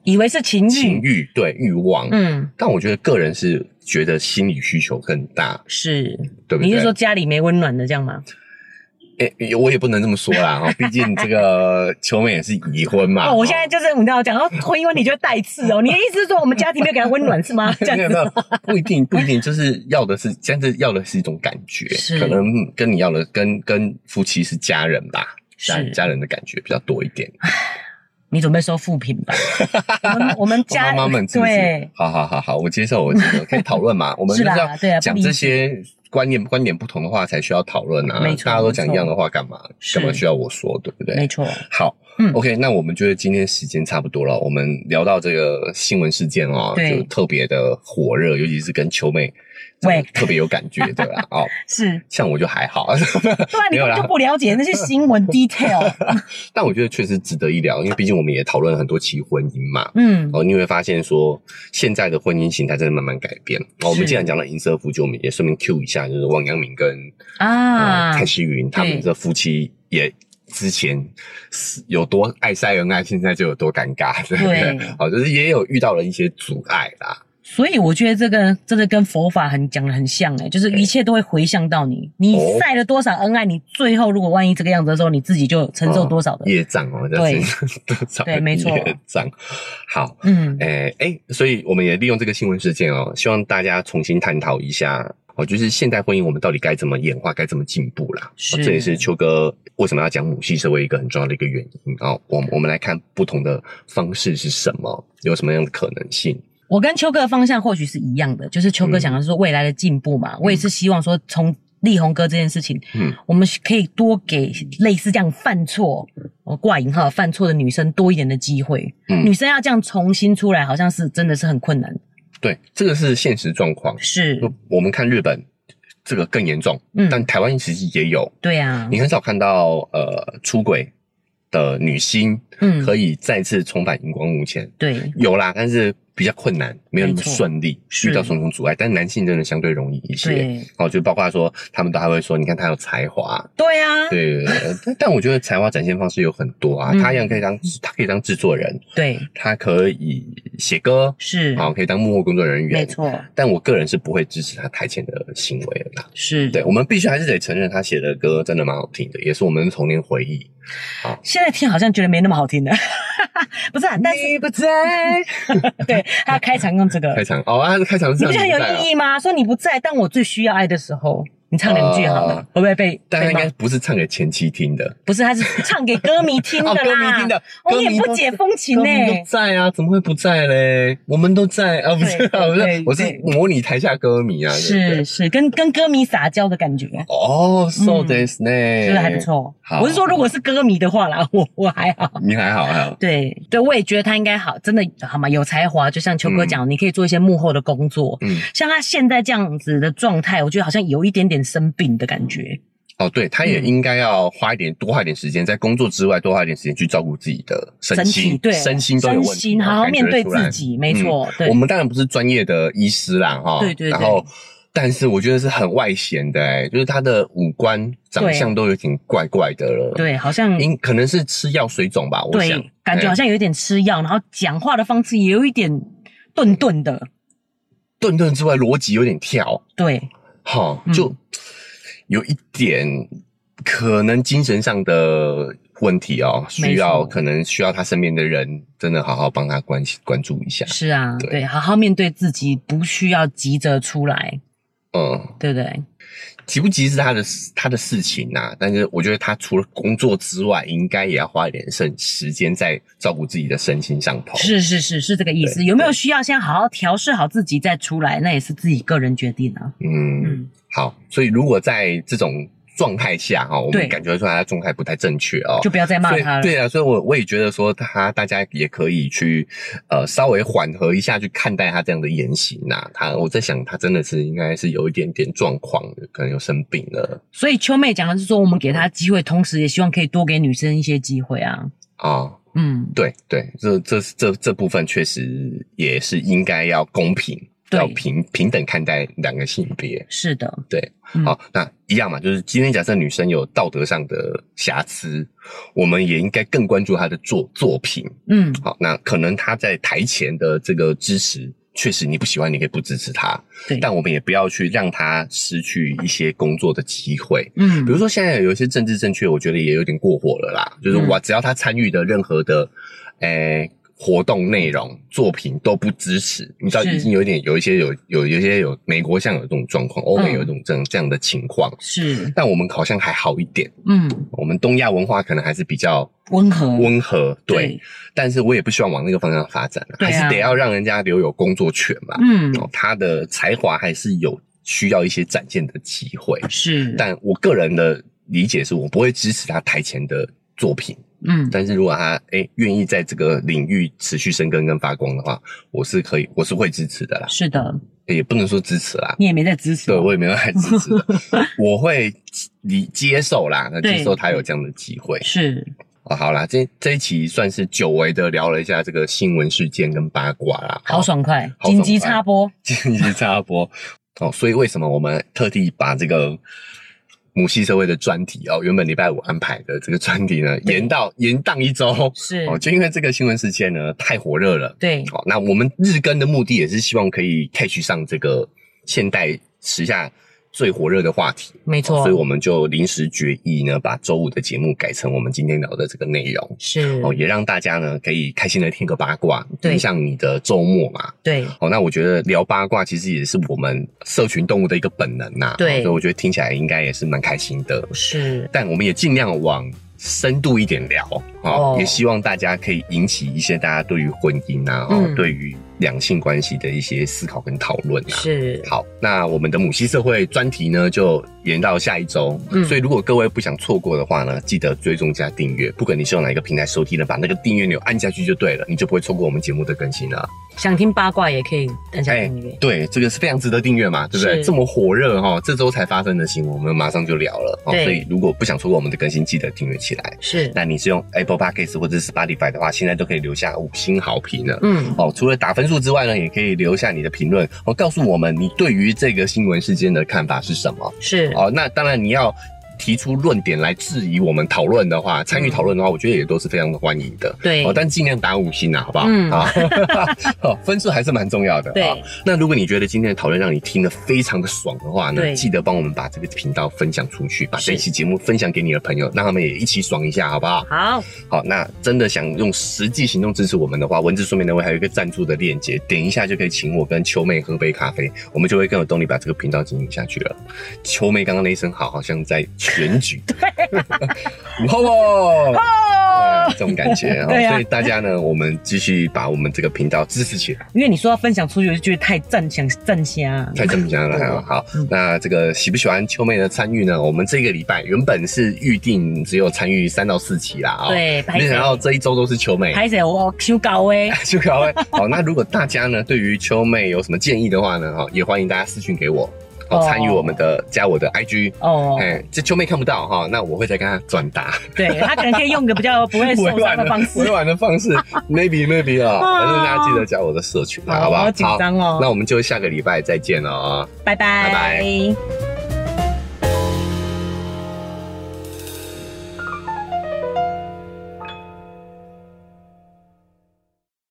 Speaker 2: 以为是情
Speaker 1: 情
Speaker 2: 欲，
Speaker 1: 欲对欲望，
Speaker 2: 嗯，
Speaker 1: 但我觉得个人是觉得心理需求更大，
Speaker 2: 是，
Speaker 1: 对不对？
Speaker 2: 你是说家里没温暖的这样吗？
Speaker 1: 诶、诶我也不能这么说啦，哈，毕竟这个球妹也是已婚嘛。
Speaker 2: 哦，我现在就是你知道，讲到婚姻问题就会带刺哦。你的意思是说我们家庭没有给他温暖是吗？这 样
Speaker 1: 没有
Speaker 2: 子
Speaker 1: 没有，不一 定不一定，就是要的是真的要的是一种感觉，
Speaker 2: 是
Speaker 1: 可能嗯跟你要的跟跟夫妻是家人吧，家
Speaker 2: 是
Speaker 1: 家人的感觉比较多一点。
Speaker 2: 你准备收副品吧？我们我们 家
Speaker 1: 哦妈妈们是不是
Speaker 2: 对？
Speaker 1: 好好好好，我接受我接 受，可以讨论嘛？我们就是
Speaker 2: 啦
Speaker 1: 要
Speaker 2: 对啊不
Speaker 1: 讲
Speaker 2: 理
Speaker 1: 这
Speaker 2: 解
Speaker 1: 些观念观点不同的话才需要讨论啊，
Speaker 2: 没错
Speaker 1: 大家都讲
Speaker 2: 没
Speaker 1: 一
Speaker 2: 错
Speaker 1: 样的话干嘛？
Speaker 2: 是
Speaker 1: 干嘛需要我说对不对？
Speaker 2: 没错，
Speaker 1: 好，
Speaker 2: 嗯
Speaker 1: OK，那我们觉得今天时间差不多了，我们聊到这个新闻事件哦，
Speaker 2: 对
Speaker 1: 就特别的火热，尤其是跟秋妹这个
Speaker 2: 喂
Speaker 1: 特别有感觉的 啦。哦，
Speaker 2: 是，
Speaker 1: 像我就还好，
Speaker 2: 对啊，
Speaker 1: 没
Speaker 2: 你
Speaker 1: 有
Speaker 2: 根
Speaker 1: 啦
Speaker 2: 本就不了解那些新 闻 detail。
Speaker 1: 但我觉得确实值得一聊，因为毕竟我们也讨论了很多期婚姻嘛。
Speaker 2: 嗯，
Speaker 1: 哦，你会发现说，现在的婚姻形态真的慢慢改变。哦，我们
Speaker 2: 是
Speaker 1: 既然讲到银色夫妻，我们也顺便 Q 一下，就是王阳明跟
Speaker 2: 啊，
Speaker 1: 蔡希呃云他们
Speaker 2: 对
Speaker 1: 这夫妻也之前是有多爱晒恩爱，现在就有多尴尬， 对不对
Speaker 2: 对？
Speaker 1: 好，就是也有遇到了一些阻碍啦。
Speaker 2: 所以我觉得这个真的跟佛法很讲的很像哎、就是一切都会回向到你，你
Speaker 1: 哦
Speaker 2: 晒了多少恩爱，你最后如果万一这个样子的时候，你自己就
Speaker 1: 嗯
Speaker 2: 承受多少的。
Speaker 1: 业障哦，这
Speaker 2: 对
Speaker 1: 是 多少
Speaker 2: 对没错
Speaker 1: 业障。好，
Speaker 2: 嗯，
Speaker 1: 诶、诶、所以我们也利用这个新闻事件哦，希望大家重新探讨一下哦，就是现代婚姻我们到底该怎么演化，该怎么进步啦。
Speaker 2: 是
Speaker 1: 哦这也是秋哥为什么要讲母系社会一个很重要的一个原因哦。我们我们来看不同的方式是什么，有什么样的可能性。
Speaker 2: 我跟秋哥的方向或许是一样的，就是
Speaker 1: 嗯
Speaker 2: 秋哥讲的是说未来的进步嘛，我也是希望说从力宏哥这件事情，
Speaker 1: 嗯
Speaker 2: 我们可以多给类似这样犯错，我挂引号犯错的女生多一点的机会。
Speaker 1: 嗯
Speaker 2: 女生要这样重新出来，好像是真的是很困难。
Speaker 1: 对，这个是现实状况。
Speaker 2: 是，
Speaker 1: 就我们看日本这个更严重，
Speaker 2: 嗯，
Speaker 1: 但台湾其实也有，
Speaker 2: 对啊，
Speaker 1: 你很少看到呃出轨的女星
Speaker 2: 嗯，
Speaker 1: 可以再次重返荧光幕前，
Speaker 2: 对，
Speaker 1: 有啦，但是比较困难，没有那么
Speaker 2: 没错
Speaker 1: 顺利，
Speaker 2: 是
Speaker 1: 遇到种种阻碍。但男性真的相对容易一些。
Speaker 2: 对，
Speaker 1: 哦，就包括说，他们都还会说，你看他有才华，
Speaker 2: 对啊，
Speaker 1: 对，呃但但我觉得才华展现方式有很多啊，
Speaker 2: 嗯
Speaker 1: 他一样可以当，他可以当制作人，
Speaker 2: 对，
Speaker 1: 他可以写歌，哦
Speaker 2: 是，
Speaker 1: 好，可以当幕后工作人员，
Speaker 2: 没错，
Speaker 1: 但我个人是不会支持他台前的行为的啦。
Speaker 2: 是。
Speaker 1: 对，我们必须还是得承认，他写的歌真的蛮好听的，也是我们的童年回忆。
Speaker 2: 现在听好像觉得没那么好听了， 不是、啊，但是
Speaker 1: 你不在，
Speaker 2: 对他开场用这 个
Speaker 1: 开，场哦，啊，开场是这
Speaker 2: 你不
Speaker 1: 样
Speaker 2: 觉得很
Speaker 1: 子在
Speaker 2: 有
Speaker 1: 哦
Speaker 2: 意义吗？说你不在，但我最需要爱的时候，你唱两句好
Speaker 1: 呃
Speaker 2: 了，会不会被？
Speaker 1: 但他
Speaker 2: 被
Speaker 1: 应
Speaker 2: 骂
Speaker 1: 该不是唱给前妻听的，
Speaker 2: 不是，他是唱给歌迷听的
Speaker 1: 哦，
Speaker 2: 啦。
Speaker 1: 歌迷听的，
Speaker 2: 哦，
Speaker 1: 歌
Speaker 2: 你
Speaker 1: 迷
Speaker 2: 也
Speaker 1: 都
Speaker 2: 不欸解风情
Speaker 1: 歌
Speaker 2: 呢、
Speaker 1: 迷都在啊，怎么会不在嘞？我们都在啊，不是
Speaker 2: 对
Speaker 1: 啊，不
Speaker 2: 对
Speaker 1: 是，我是
Speaker 2: 对
Speaker 1: 模拟台下歌迷啊，对不
Speaker 2: 是
Speaker 1: 对
Speaker 2: 是，跟跟歌迷撒娇的感觉，
Speaker 1: 哦，so
Speaker 2: 嗯
Speaker 1: this 呢，
Speaker 2: 觉得还不，错。
Speaker 1: 好
Speaker 2: 我是说，如果是歌迷的话啦， 我我还好。
Speaker 1: 你还好还好，
Speaker 2: 对对，我也觉得他应该好，真的好嘛，有才华。就像秋哥讲，你可以做一些幕后的工作。
Speaker 1: 嗯，
Speaker 2: 像他现在这样子的状态，我觉得好像有一点点生病的感觉。
Speaker 1: 哦，对，他也
Speaker 2: 嗯
Speaker 1: 应该要花一点、多花一点时间，在工作之外多花一点时间去照顾自己的身
Speaker 2: 整体
Speaker 1: 心，
Speaker 2: 对
Speaker 1: 身心都有问题，
Speaker 2: 身心好好
Speaker 1: 感觉
Speaker 2: 面
Speaker 1: 得
Speaker 2: 对
Speaker 1: 出来嗯
Speaker 2: 自。己，没错，对
Speaker 1: 我，们当然不是专业的医师啦，哈，
Speaker 2: 对对对
Speaker 1: 然后，但是我觉得是很外显的、欸，就是他的五官、长相都有点怪怪的了。，
Speaker 2: 对，好像
Speaker 1: 因可能是吃药水肿吧，我想
Speaker 2: 嗯对，感觉
Speaker 1: 哎
Speaker 2: 好像有点吃药，然后讲话的方式也有一点顿顿的，
Speaker 1: 顿顿之外，逻辑有点跳，
Speaker 2: 对，
Speaker 1: 哈，
Speaker 2: 嗯
Speaker 1: 就有一点可能精神上的问题哦，需要
Speaker 2: 没错
Speaker 1: 可能需要他身边的人真的好好帮他关心关注一下，
Speaker 2: 是啊，
Speaker 1: 对
Speaker 2: 对，好好面对自己，不需要急着出来，
Speaker 1: 嗯，
Speaker 2: 对不对？
Speaker 1: 急不急是他的他的事情呐、但是我觉得他除了工作之外，应该也要花一点时时间在照顾自己的身心上头。
Speaker 2: 是是是是这个意思。
Speaker 1: 哦对
Speaker 2: 有没有需要先好好调试好自己再出来？那也是自己个人决定啊。
Speaker 1: 嗯，
Speaker 2: 嗯，
Speaker 1: 好，所以如果在这种状态下哈、哦，我
Speaker 2: 对
Speaker 1: 们感觉出来他状态不太正确哦，
Speaker 2: 就不要再骂
Speaker 1: 所以
Speaker 2: 他了。
Speaker 1: 对啊，所以我我也觉得说他大家也可以去呃稍微缓和一下去看待他这样的言行呐、他我在想他真的是应该是有一点点状况的，可能有生病了
Speaker 2: 所以秋妹讲的是说，我们给她机会，同时也希望可以多给女生一些机会啊。
Speaker 1: 啊、
Speaker 2: 嗯，
Speaker 1: 对对，这这这这部分确实也是应该要公平，
Speaker 2: 对
Speaker 1: 要平平等看待两个性别。
Speaker 2: 是的，
Speaker 1: 对，
Speaker 2: 嗯
Speaker 1: 好，那一样嘛，就是今天假设女生有道德上的瑕疵，我们也应该更关注她的作作品，
Speaker 2: 嗯，
Speaker 1: 好，那可能他在台前的这个支持，确实你不喜欢，你可以不支持他，
Speaker 2: 对，
Speaker 1: 但我们也不要去让他失去一些工作的机会。
Speaker 2: 嗯
Speaker 1: 比如说，现在有一些政治正确，我觉得也有点过火了啦。就是
Speaker 2: 嗯
Speaker 1: 我只要他参与的任何的，诶、活动内容、作品都不支持，你知道
Speaker 2: 是
Speaker 1: 已经有一点有一些有有有一些有美国像有这种状况，欧美
Speaker 2: 嗯
Speaker 1: 有一种这样这样的情况，
Speaker 2: 是，
Speaker 1: 但我们好像还好一点，
Speaker 2: 嗯，
Speaker 1: 我们东亚文化可能还是比较
Speaker 2: 温和，
Speaker 1: 温和，对，，但是我也不希望往那个方向发展、啊，
Speaker 2: 对啊
Speaker 1: 还是得要让人家留有工作权嘛。
Speaker 2: 嗯，
Speaker 1: 哦，他的才华还是有需要一些展现的机会，
Speaker 2: 是，
Speaker 1: 但我个人的理解是我不会支持他台前的作品。
Speaker 3: 嗯
Speaker 1: 但是如果他哎愿、意在这个领域持续生根跟发光的话，我是可以，我是会支持的啦，
Speaker 3: 是的，
Speaker 1: 也不能说支持啦，
Speaker 3: 你也没在支持
Speaker 1: 对
Speaker 3: 我，
Speaker 1: 我也没有太支持 的，我会理接受啦，那
Speaker 3: 对
Speaker 1: 接受他有这样的机会。
Speaker 3: 是
Speaker 1: 哦，好啦，这这一期算是久违的聊了一下这个新闻事件跟八卦啦，
Speaker 2: 好，爽快，
Speaker 1: 好爽
Speaker 2: 紧急
Speaker 1: 快
Speaker 2: 插播，
Speaker 1: 紧急插播。哦，所以为什么我们特地把这个母系社会的专题哦，原本礼拜五安排的这个专题呢，
Speaker 2: 对
Speaker 1: 延到延档一周
Speaker 2: 是，
Speaker 1: 哦，就因为这个新闻事件呢太火热了。
Speaker 2: 对，
Speaker 1: 好、那我们日更的目的也是希望可以 catch 上这个现代时下最火热的话题，哦
Speaker 2: 没错
Speaker 1: 所以，我们就临时决议呢，把周五的节目改成我们今天聊的这个内容。
Speaker 2: 是，
Speaker 1: 哦，也让大家呢可以开心的听个八卦，
Speaker 2: 嗯对
Speaker 1: 影响你的周末嘛。
Speaker 2: 对，
Speaker 1: 哦，那我觉得聊八卦其实也是我们社群动物的一个本能呐、
Speaker 2: 对
Speaker 1: 哦所以我觉得听起来应该也是蛮开心的。
Speaker 2: 是，
Speaker 1: 但我们也尽量往深度一点聊哦
Speaker 2: 哦
Speaker 1: 也希望大家可以引起一些大家对于婚姻啊，哦
Speaker 2: 嗯
Speaker 1: 对于两性关系的一些思考跟讨论啊。
Speaker 2: 是，
Speaker 1: 好，那我们的母系社会专题呢，就延到下一周。
Speaker 2: 嗯
Speaker 1: 所以如果各位不想错过的话呢，记得追踪加订阅，不管你是用哪一个平台收听的，把那个订阅钮按下去就对了，你就不会错过我们节目的更新了。哎
Speaker 2: 想听八卦也可以按下订阅，
Speaker 1: 对，这个是非常值得订阅嘛，对不对？
Speaker 2: 是
Speaker 1: 这么火热哈、这周才发生的新闻，我们马上就聊了。哦，
Speaker 2: 对
Speaker 1: 所以如果不想错过我们的更新，记得订阅起来。
Speaker 2: 是，
Speaker 1: 那你是用 Apple Podcast 或者是 Spotify 的话，现在都可以留下五星好评了。
Speaker 2: 嗯，
Speaker 1: 哦，除了打分数之外呢，也可以留下你的评论，哦，告诉我们你对于这个新闻事件的看法是什么。
Speaker 2: 是，
Speaker 1: 哦，那当然你要提出论点来质疑我们讨论的话，参与讨论的话，我觉得也都是非常的欢迎的。
Speaker 2: 嗯对
Speaker 1: 哦，，但尽量打五星啊，好不好？
Speaker 2: 嗯
Speaker 1: 啊， 哦分数还是蛮重要的。
Speaker 2: 对
Speaker 1: 啊那如果你觉得今天的讨论让你听得非常的爽的话呢，
Speaker 2: 对
Speaker 1: 记得帮我们把这个频道分享出去，把
Speaker 2: 是
Speaker 1: 这一期节目分享给你的朋友，让他们也一起爽一下，好不好？
Speaker 2: 好，
Speaker 1: 好，那真的想用实际行动支持我们的话，文字说明栏位还有一个赞助的链接，点一下就可以请我跟秋妹喝杯咖啡，我们就会更有动力把这个频道经营下去了。秋妹刚刚那一声好，好像在选 举，对，哦，
Speaker 2: 哦，
Speaker 1: 这种感觉
Speaker 2: 对
Speaker 1: 哦，
Speaker 2: 啊
Speaker 1: 所以大家呢，我们继续把我们这个频道支持起来，
Speaker 2: 因为你说要分享出去，我就觉得太赞想赞虾，
Speaker 1: 太正向了。
Speaker 2: 嗯
Speaker 1: 哦好，那这个喜不喜欢秋妹的参与呢？我们这个礼拜原本是预定只有参与三到四期啦，哦，
Speaker 2: 对，拍
Speaker 1: 没
Speaker 2: 谁
Speaker 1: 想到这一周都是秋妹，
Speaker 2: 拍谁我修稿哎，
Speaker 1: 秋高哎，好，那如果大家呢对于秋妹有什么建议的话呢，哈，也欢迎大家私讯给我，好
Speaker 2: 哦
Speaker 1: 参与我们的加我的 IG，
Speaker 2: 哦，
Speaker 1: 哎，这秋妹看不到哈，那我会再跟她转达，
Speaker 2: 对他可能可以用个比较不会受伤的 方
Speaker 1: 委
Speaker 2: 式，
Speaker 1: 婉的 方式，maybe maybe 啊，
Speaker 2: 啊
Speaker 1: 反正大家记得加我的社群啦，好不好？
Speaker 2: 哦紧张
Speaker 1: 好
Speaker 2: 哦，
Speaker 1: 那我们就下个礼拜再见了啊。
Speaker 2: 拜
Speaker 1: 拜
Speaker 2: 拜。